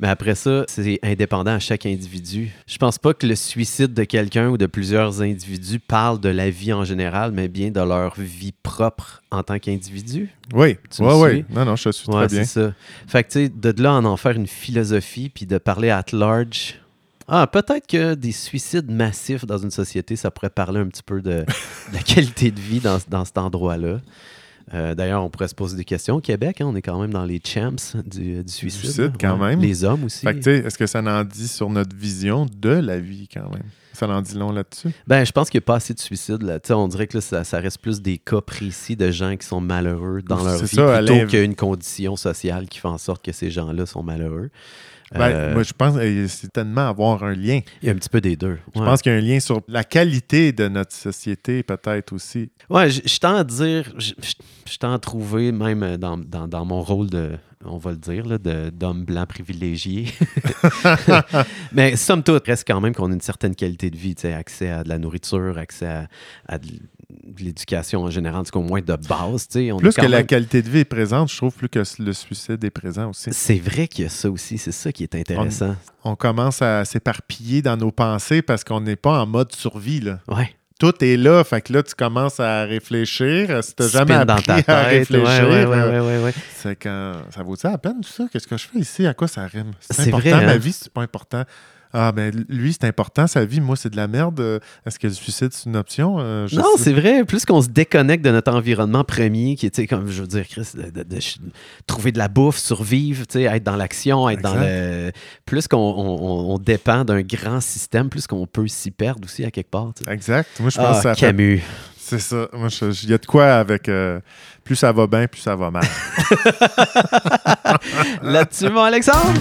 Speaker 1: Mais après ça, c'est indépendant à chaque individu. Je pense pas que le suicide de quelqu'un ou de plusieurs individus parle de la vie en général, mais bien de leur vie propre en tant qu'individu.
Speaker 2: Oui,
Speaker 1: Tu me
Speaker 2: oui, oui.
Speaker 1: suis?
Speaker 2: Non, non, je te suis
Speaker 1: Ouais,
Speaker 2: très bien.
Speaker 1: c'est ça. Fait que, tu sais, de là en en faire une philosophie, puis de parler at large. Ah, peut-être que des suicides massifs dans une société, ça pourrait parler un petit peu de, de
Speaker 2: (laughs)
Speaker 1: la qualité de vie dans, dans cet endroit-là. Euh, D'ailleurs, on pourrait se poser des questions. Au Québec, hein, on est quand même dans les champs du, du suicide.
Speaker 2: suicide,
Speaker 1: hein.
Speaker 2: quand même.
Speaker 1: Les hommes aussi.
Speaker 2: Fait que, tu sais, est-ce que ça en dit sur notre vision de la vie quand même? Ça en dit long là-dessus?
Speaker 1: Ben, je pense qu'il n'y a pas assez de suicides. Là. Tu sais, On dirait que là, ça, ça reste plus des cas précis de gens qui sont malheureux dans leur
Speaker 2: C'est
Speaker 1: vie
Speaker 2: ça, à
Speaker 1: plutôt
Speaker 2: l'inv-
Speaker 1: qu'une condition sociale qui fait en sorte que ces gens-là sont malheureux.
Speaker 2: Ben,
Speaker 1: Euh,
Speaker 2: Moi, je pense euh, c'est tellement avoir un lien.
Speaker 1: Il y a un petit peu des deux.
Speaker 2: Je
Speaker 1: Ouais.
Speaker 2: pense qu'il y a un lien sur la qualité de notre société, peut-être aussi.
Speaker 1: Ouais, je je tends à dire, je je- je tends à trouver, même euh, dans, dans- dans mon rôle de, on va le dire, là, de- d'homme blanc privilégié. (laughs) Mais somme toute, reste quand même qu'on a une certaine qualité de vie, tu sais, accès à de la nourriture, accès à, à de l'éducation en général, en tout cas, au moins de base. tu sais, on est
Speaker 2: Plus que
Speaker 1: quand
Speaker 2: la
Speaker 1: même-
Speaker 2: qualité de vie est présente, je trouve plus que le suicide est présent aussi.
Speaker 1: C'est vrai qu'il y a ça aussi, c'est ça qui est intéressant.
Speaker 2: On commence à s'éparpiller dans nos pensées parce qu'on n'est pas en mode survie. Là.
Speaker 1: Ouais.
Speaker 2: Tout est là, fait que là, tu commences à réfléchir. Si tu
Speaker 1: Spin
Speaker 2: jamais
Speaker 1: dans
Speaker 2: appris
Speaker 1: ta
Speaker 2: à
Speaker 1: tête. ouais,
Speaker 2: réfléchir,
Speaker 1: ouais, ouais,
Speaker 2: euh,
Speaker 1: ouais, ouais, ouais.
Speaker 2: C'est quand ça vaut ça la peine tout ça Qu'est-ce que je fais ici À quoi ça rime C'est
Speaker 1: C'est
Speaker 2: important
Speaker 1: vrai,
Speaker 2: ma
Speaker 1: hein?
Speaker 2: vie, c'est pas important. Ah ben lui c'est important sa vie, moi c'est de la merde. Euh, Est-ce que le suicide c'est une option Euh, je
Speaker 1: Non,
Speaker 2: sais-
Speaker 1: c'est vrai. Plus qu'on se déconnecte de notre environnement premier, qui était comme, je veux dire, Chris, de, de- de ch- trouver de la bouffe, survivre, tu sais, être dans l'action, être dans le. Plus qu'on on- on- on dépend d'un grand système, plus qu'on peut s'y perdre aussi à quelque part. tu sais.
Speaker 2: Exact. Moi je pense
Speaker 1: Ah,
Speaker 2: que ça fait-
Speaker 1: Camus.
Speaker 2: c'est ça. Moi je- je- il y a de quoi avec euh, plus ça va bien, plus ça va mal. (laughs)
Speaker 1: Là-dessus, mon Alexandre.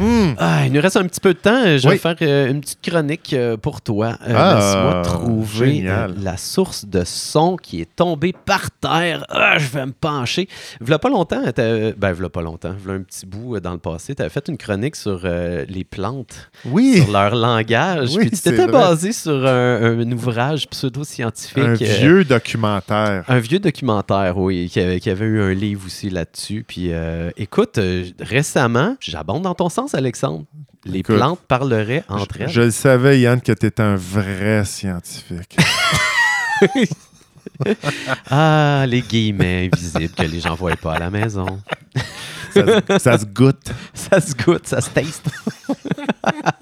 Speaker 2: Hmm.
Speaker 1: Ah, il nous reste un petit peu de temps. Je vais
Speaker 2: Oui.
Speaker 1: faire euh, une petite chronique euh, pour toi. Euh,
Speaker 2: Ah,
Speaker 1: Laisse-moi trouver
Speaker 2: génial.
Speaker 1: euh, la source de son qui est tombée par terre. Ah, je vais me pencher. V'là pas longtemps, t'as- ben v'là pas longtemps, v'là un petit bout euh, dans le passé, tu avais fait une chronique sur euh, les plantes,
Speaker 2: Oui.
Speaker 1: sur leur langage.
Speaker 2: (laughs) Oui,
Speaker 1: Puis tu
Speaker 2: c'est
Speaker 1: t'étais
Speaker 2: vrai.
Speaker 1: basé sur un, un ouvrage pseudo-scientifique.
Speaker 2: Un
Speaker 1: euh,
Speaker 2: vieux documentaire.
Speaker 1: un vieux documentaire, oui, qui avait, qui avait eu un livre aussi là-dessus. Puis euh, écoute, euh, récemment, j'abonde dans ton sens, Alexandre. Les
Speaker 2: Écoute,
Speaker 1: plantes parleraient entre
Speaker 2: Je,
Speaker 1: elles.
Speaker 2: je le savais Yann que tu étais un vrai scientifique.
Speaker 1: Ah, les guillemets invisibles que les gens voient pas à la maison.
Speaker 2: ça, se- ça se goûte.
Speaker 1: (laughs) Ça se goûte, ça se taste.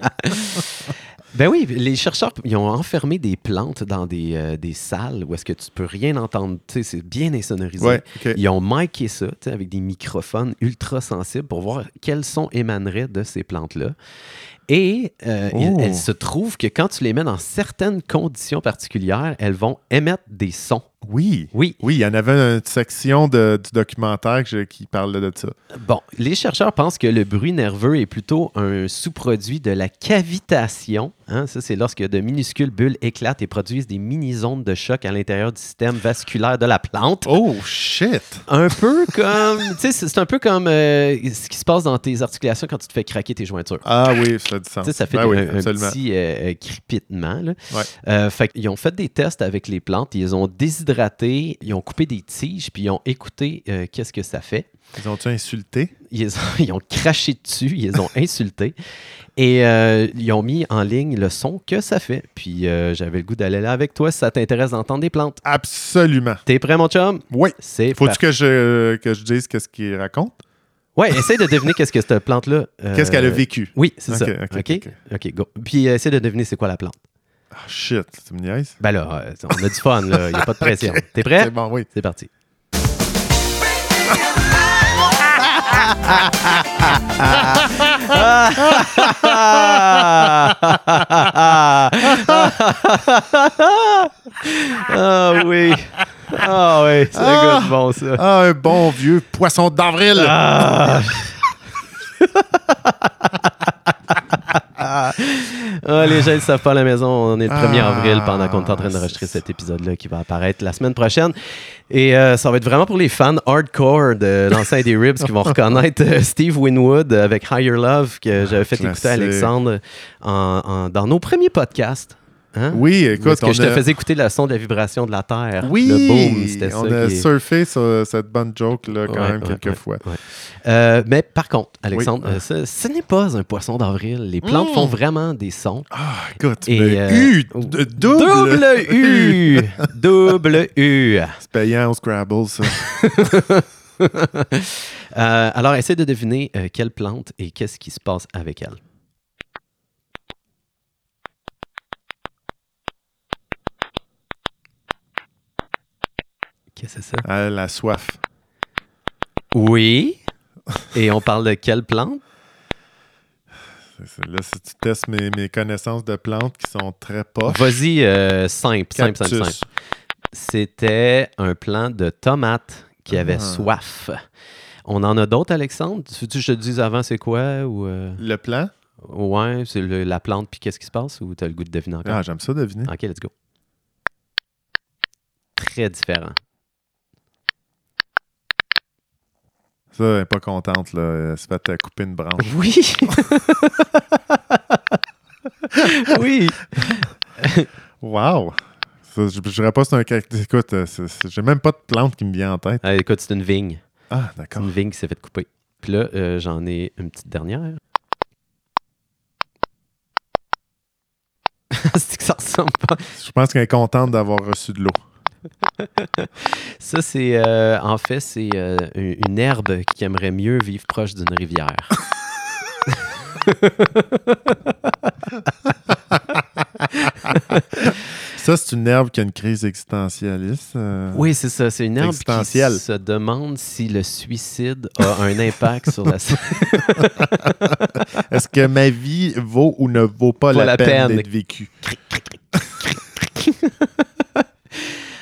Speaker 1: (laughs) ben oui, les chercheurs, ils ont enfermé des plantes dans des, euh, des salles où est-ce que tu peux rien entendre. Tu sais, c'est bien insonorisé.
Speaker 2: Ouais. ok.
Speaker 1: Euh, Ils ont miqué ça tu sais, avec des microphones ultra sensibles pour voir quels sons émaneraient de ces plantes-là. Et euh, il-
Speaker 2: Oh.
Speaker 1: il se trouve que quand tu les mets dans certaines conditions particulières, elles vont émettre des sons.
Speaker 2: Oui.
Speaker 1: Oui,
Speaker 2: Oui, il y en avait une section de- du documentaire que je- qui parle de ça.
Speaker 1: bon, les chercheurs pensent que le bruit nerveux est plutôt un sous-produit de la cavitation. hein. ça, c'est lorsque de minuscules bulles éclatent et produisent des mini-ondes de choc à l'intérieur du système vasculaire de la plante.
Speaker 2: Oh shit!
Speaker 1: Un peu comme, tu sais, c'est c'est un peu comme euh, ce qui se passe dans tes articulations quand tu te fais craquer tes jointures.
Speaker 2: Ah oui, ça, fait du sens.
Speaker 1: Tu sais, ça fait
Speaker 2: Ben
Speaker 1: des-
Speaker 2: oui,
Speaker 1: un, un
Speaker 2: absolument.
Speaker 1: petit euh, euh, crépitement. Là.
Speaker 2: Ouais.
Speaker 1: Euh, fait ils ont fait des tests avec les plantes, ils les ont déshydraté, ils ont coupé des tiges, puis ils ont écouté euh, qu'est-ce que ça fait.
Speaker 2: Ils ont-tu insulté?
Speaker 1: Ils, les ont, (laughs) ils ont craché dessus, ils les ont insultés et euh, ils ont mis en ligne le son que ça fait. Puis euh, j'avais le goût d'aller là avec toi si ça t'intéresse d'entendre des plantes.
Speaker 2: Absolument.
Speaker 1: T'es prêt, mon chum?
Speaker 2: Oui.
Speaker 1: C'est
Speaker 2: Faut-tu
Speaker 1: parti.
Speaker 2: que je, que je dise qu'est-ce qu'il raconte?
Speaker 1: Ouais, essaye de deviner qu'est-ce que cette plante-là. euh,
Speaker 2: Qu'est-ce qu'elle a vécu?
Speaker 1: Oui, c'est
Speaker 2: Ok,
Speaker 1: ça.
Speaker 2: ok, ok,
Speaker 1: OK, go. Puis euh, essaye de deviner c'est quoi la plante.
Speaker 2: Ah, shit, tu me niaises?
Speaker 1: Ben là, euh, on a du fun, là. Il n'y a pas de pression. T'es prêt?
Speaker 2: C'est bon, oui.
Speaker 1: C'est
Speaker 2: (laughs)
Speaker 1: parti. Ah oui. Ah oui, c'est
Speaker 2: Ah.
Speaker 1: un goût bon ça.
Speaker 2: Ah, un bon vieux poisson d'avril!
Speaker 1: Ah. Ah, les gens ne savent pas à la maison. On est le 1er
Speaker 2: Ah,
Speaker 1: avril pendant qu'on est en train d'enregistrer
Speaker 2: c'est
Speaker 1: cet épisode-là qui va apparaître la semaine prochaine. Et euh, ça va être vraiment pour les fans hardcore de l'enceinte des Ribs qui vont reconnaître euh, Steve Winwood avec Higher Love que j'avais fait
Speaker 2: Ah, classique.
Speaker 1: écouter à Alexandre en- en- dans nos premiers podcasts. Hein?
Speaker 2: Oui,
Speaker 1: Où est-ce
Speaker 2: écoute,
Speaker 1: que
Speaker 2: on
Speaker 1: je te
Speaker 2: a...
Speaker 1: faisais écouter le son de la vibration de la Terre.
Speaker 2: Oui,
Speaker 1: le boom, c'était ça.
Speaker 2: on a
Speaker 1: qui est-
Speaker 2: surfé sur cette bonne joke là, quand
Speaker 1: Ouais,
Speaker 2: même
Speaker 1: ouais,
Speaker 2: quelques
Speaker 1: ouais.
Speaker 2: fois.
Speaker 1: Euh, mais par contre, Alexandre, euh, ce, ce n'est pas un poisson d'avril. Les plantes
Speaker 2: Mm.
Speaker 1: font vraiment des sons.
Speaker 2: Ah, écoute,
Speaker 1: Et,
Speaker 2: mais
Speaker 1: euh,
Speaker 2: U, d- double, (laughs)
Speaker 1: Double U! (laughs) Double U!
Speaker 2: C'est payant au Scrabble, ça. (laughs)
Speaker 1: Euh, alors, essaie de deviner euh, quelle plante et qu'est-ce qui se passe avec elle. Qu'est-ce que c'est ça?
Speaker 2: Ah, la soif.
Speaker 1: Oui. Et on parle de quelle plante?
Speaker 2: C'est- c'est- Là, si tu testes mes, mes connaissances de plantes qui sont très poches.
Speaker 1: Vas-y, euh, simple, simple, simple, simple.
Speaker 2: Cactus.
Speaker 1: C'était un plant de tomates qui avait
Speaker 2: Ah.
Speaker 1: soif. On en a d'autres, Alexandre? Tu veux que je te dise avant c'est quoi? Ou euh,
Speaker 2: Le plant?
Speaker 1: Ouais, c'est le- la plante, puis qu'est-ce qui se passe? Ou t'as le goût de deviner encore?
Speaker 2: Ah, j'aime ça deviner.
Speaker 1: Ok, let's go. Très différent.
Speaker 2: Ça, elle est pas contente, là. Elle se fait euh, couper
Speaker 1: (laughs)
Speaker 2: une branche.
Speaker 1: Oui! oui!
Speaker 2: Wow! Ça, je ne dirais pas que c'est un cactus. Écoute, euh, c'est- c'est- j'ai même pas de plante qui me vient en tête.
Speaker 1: Ah, écoute, c'est une vigne.
Speaker 2: Ah,
Speaker 1: C'est
Speaker 2: d'accord.
Speaker 1: une vigne qui s'est faite couper. Puis là, euh, j'en ai une petite dernière. (laughs) c'est que ça ressemble pas.
Speaker 2: Je pense qu'elle est contente d'avoir reçu de l'eau.
Speaker 1: Ça, c'est euh, en fait, c'est euh, une une herbe qui aimerait mieux vivre proche d'une rivière.
Speaker 2: Ça, c'est une herbe qui a une crise existentialiste. euh.
Speaker 1: Oui, c'est ça. C'est une herbe qui
Speaker 2: Existentielle.
Speaker 1: se demande si le suicide a un impact sur la
Speaker 2: (laughs)
Speaker 1: santé.
Speaker 2: Est-ce que ma vie vaut ou ne vaut pas la,
Speaker 1: la
Speaker 2: peine,
Speaker 1: peine.
Speaker 2: d'être vécue?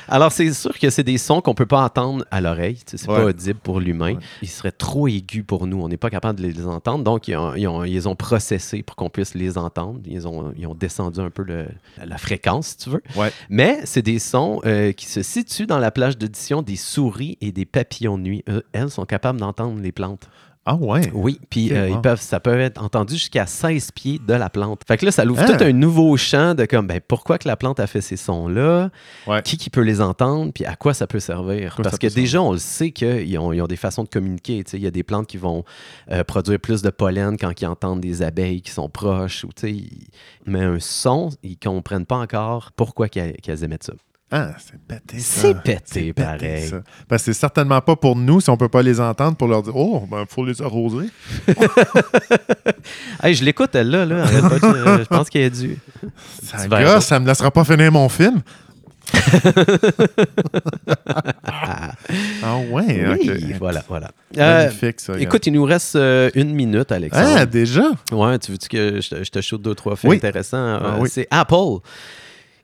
Speaker 1: Alors, c'est sûr que c'est des sons qu'on peut pas entendre à l'oreille. tu sais, C'est pas
Speaker 2: Ouais.
Speaker 1: audible pour l'humain.
Speaker 2: Ouais.
Speaker 1: Ils seraient trop aigus pour nous. On n'est pas capable de les entendre. Donc, ils, ont, ils, ont- ils les ont processés pour qu'on puisse les entendre. Ils ont, ils ont descendu un peu le- la fréquence, si tu veux.
Speaker 2: Ouais.
Speaker 1: Mais c'est des sons euh, qui se situent dans la plage d'audition des souris et des papillons de nuit. Eux, elles sont capables d'entendre les plantes.
Speaker 2: Ah ouais.
Speaker 1: Oui, puis
Speaker 2: Ok,
Speaker 1: euh,
Speaker 2: wow.
Speaker 1: ils peuvent, ça peut être entendu jusqu'à 16 pieds de la plante. Fait que là, ça l'ouvre
Speaker 2: Hein?
Speaker 1: tout un nouveau champ de comme, ben, pourquoi que la plante a fait ces sons-là,
Speaker 2: Ouais.
Speaker 1: qui qui peut les entendre, puis à quoi ça peut servir.
Speaker 2: Quoi
Speaker 1: Parce
Speaker 2: ça
Speaker 1: que
Speaker 2: peut servir?
Speaker 1: déjà, on le sait qu'ils ont, ils ont des façons de communiquer. tu sais. Il y a des plantes qui vont euh, produire plus de pollen quand ils entendent des abeilles qui sont proches. Ou, tu sais, ils- mais un son, ils comprennent pas encore pourquoi qu'elles qu'elles émettent ça.
Speaker 2: Ah, c'est pété, ça.
Speaker 1: C'est pété,
Speaker 2: C'est pété,
Speaker 1: pareil.
Speaker 2: ça. Parce que c'est certainement pas pour nous si on peut pas les entendre pour leur dire Oh, ben, faut les arroser.
Speaker 1: Hey, je l'écoute, elle, là. là. Arrête pas de- euh, je pense qu'elle est due.
Speaker 2: Ça
Speaker 1: Tu verras.
Speaker 2: gosse, ça me laissera pas finir mon film. ah ouais,
Speaker 1: Oui,
Speaker 2: ok.
Speaker 1: voilà, voilà. Euh,
Speaker 2: Magnifique, ça.
Speaker 1: Écoute, il nous reste euh, une minute,
Speaker 2: gars. ah,
Speaker 1: Alexandre.
Speaker 2: déjà?
Speaker 1: Ouais, tu veux-tu que je te, je te shoot deux, trois faits
Speaker 2: Oui.
Speaker 1: intéressants? Euh,
Speaker 2: Ah oui.
Speaker 1: C'est Apple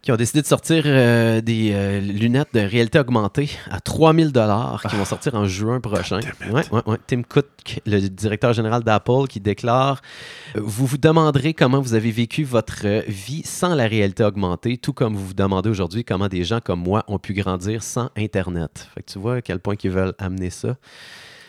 Speaker 1: qui ont décidé de sortir euh, des euh, lunettes de réalité augmentée à 3000 dollars qui vont sortir en juin prochain.
Speaker 2: Ah. damn
Speaker 1: Ouais, ouais, ouais. Tim Cook, le directeur général d'Apple, qui déclare euh, Vous vous demanderez comment vous avez vécu votre euh, vie sans la réalité augmentée, tout comme vous vous demandez aujourd'hui comment des gens comme moi ont pu grandir sans Internet. Fait que tu vois à quel point ils veulent amener ça.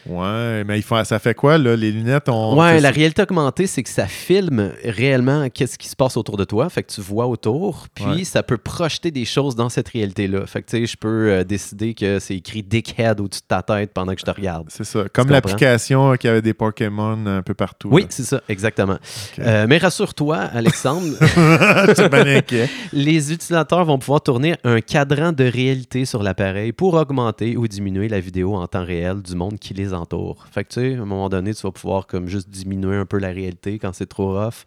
Speaker 2: Ouais, mais ils font- ça fait quoi, là? Les lunettes ont.
Speaker 1: ouais,
Speaker 2: c'est-
Speaker 1: la réalité augmentée, c'est que ça filme réellement qu'est-ce qui se passe autour de toi. Fait que tu vois autour, puis
Speaker 2: Ouais.
Speaker 1: ça peut projeter des choses dans cette réalité-là. Fait que tu sais, je peux euh, décider que c'est écrit Dickhead au-dessus de ta tête pendant que je te regarde.
Speaker 2: C'est ça. Comme
Speaker 1: comprends?
Speaker 2: l'application euh, qui avait des Pokémon euh, un peu partout.
Speaker 1: Oui, c'est ça, exactement. Euh, mais rassure-toi,
Speaker 2: (laughs)
Speaker 1: Alexandre,
Speaker 2: là. tu es bien
Speaker 1: (laughs)
Speaker 2: inquiet.
Speaker 1: les utilisateurs vont pouvoir tourner un cadran de réalité sur l'appareil pour augmenter ou diminuer la vidéo en temps réel du monde qui les entoure. Fait que tu sais, à un moment donné, tu vas pouvoir comme juste diminuer un peu la réalité quand c'est trop rough,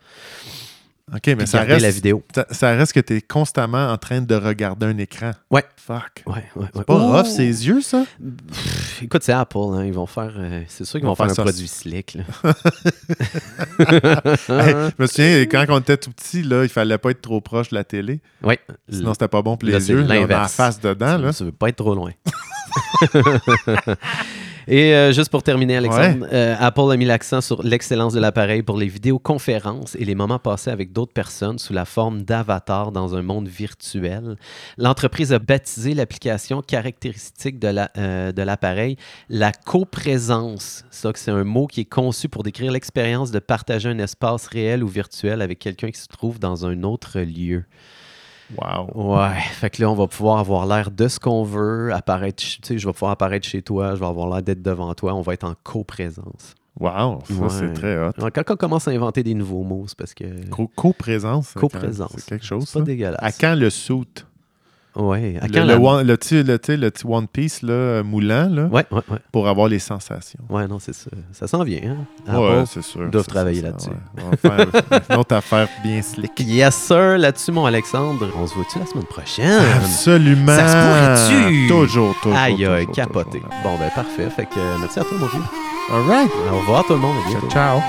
Speaker 2: OK, mais
Speaker 1: puis
Speaker 2: ça
Speaker 1: garder
Speaker 2: reste,
Speaker 1: la vidéo.
Speaker 2: ça- ça reste que tu es constamment en train de regarder un écran.
Speaker 1: Ouais.
Speaker 2: Fuck.
Speaker 1: Ouais, ouais, ouais.
Speaker 2: C'est pas rough,
Speaker 1: Oh!
Speaker 2: ses yeux, ça?
Speaker 1: Pff, Écoute, c'est Apple, hein, ils vont faire. euh, c'est sûr qu'ils vont, faire, un
Speaker 2: ça.
Speaker 1: produit slick.
Speaker 2: (laughs)
Speaker 1: là. (laughs) Uh-huh.
Speaker 2: Hey, je me souviens, quand on était tout petit, là, il fallait pas être trop proche de la télé.
Speaker 1: Ouais.
Speaker 2: Sinon, c'était pas bon pour les
Speaker 1: Là, c'est
Speaker 2: yeux. Là, on a la
Speaker 1: l'inverse.
Speaker 2: face dedans. Là.
Speaker 1: Tu veux pas être trop loin. (laughs) Et euh, juste pour terminer, Alexandre, euh, Apple a mis l'accent sur l'excellence de l'appareil pour les vidéoconférences et les moments passés avec d'autres personnes sous la forme d'avatars dans un monde virtuel. L'entreprise a baptisé l'application caractéristique de la- euh, de l'appareil la, coprésence. Ça, que c'est un mot qui est conçu pour décrire l'expérience de partager un espace réel ou virtuel avec quelqu'un qui se trouve dans un autre lieu.
Speaker 2: Wow.
Speaker 1: Ouais, fait que là, on va pouvoir avoir l'air de ce qu'on veut, apparaître, ch- tu sais, je vais pouvoir apparaître chez toi, je vais avoir l'air d'être devant toi, on va être en coprésence.
Speaker 2: Wow. Ça,
Speaker 1: Ouais.
Speaker 2: c'est très hot.
Speaker 1: Alors, quand on commence à inventer des nouveaux mots, c'est parce que
Speaker 2: Co- Co-présence. ça,
Speaker 1: coprésence,
Speaker 2: C'est quelque chose.
Speaker 1: c'est pas
Speaker 2: ça. À
Speaker 1: dégueulasse.
Speaker 2: quand le suit?
Speaker 1: Ouais, à
Speaker 2: le,
Speaker 1: quand
Speaker 2: le
Speaker 1: la-
Speaker 2: one- le petit, le, petit- le petit One Piece là, euh, moulant là,
Speaker 1: Ouais, ouais, ouais,
Speaker 2: pour avoir les sensations.
Speaker 1: ouais, non, c'est ça. Ça s'en vient, hein?
Speaker 2: Ouais,
Speaker 1: Apple.
Speaker 2: c'est sûr.
Speaker 1: doivent
Speaker 2: c'est
Speaker 1: travailler
Speaker 2: ça,
Speaker 1: là-dessus.
Speaker 2: ouais. On va
Speaker 1: (laughs)
Speaker 2: faire une autre affaire bien slick.
Speaker 1: Yes, sir, là-dessus, mon Alexandre. On se voit-tu la semaine prochaine?
Speaker 2: Absolument.
Speaker 1: Ça se pourrait-tu?
Speaker 2: Toujours, toujours.
Speaker 1: Aïe, aïe,
Speaker 2: toujours,
Speaker 1: capoté.
Speaker 2: toujours.
Speaker 1: Bon, ben, parfait. Fait que euh, merci à toi, mon vieux.
Speaker 2: All right.
Speaker 1: Au revoir, tout le monde. À bientôt.
Speaker 2: Ciao.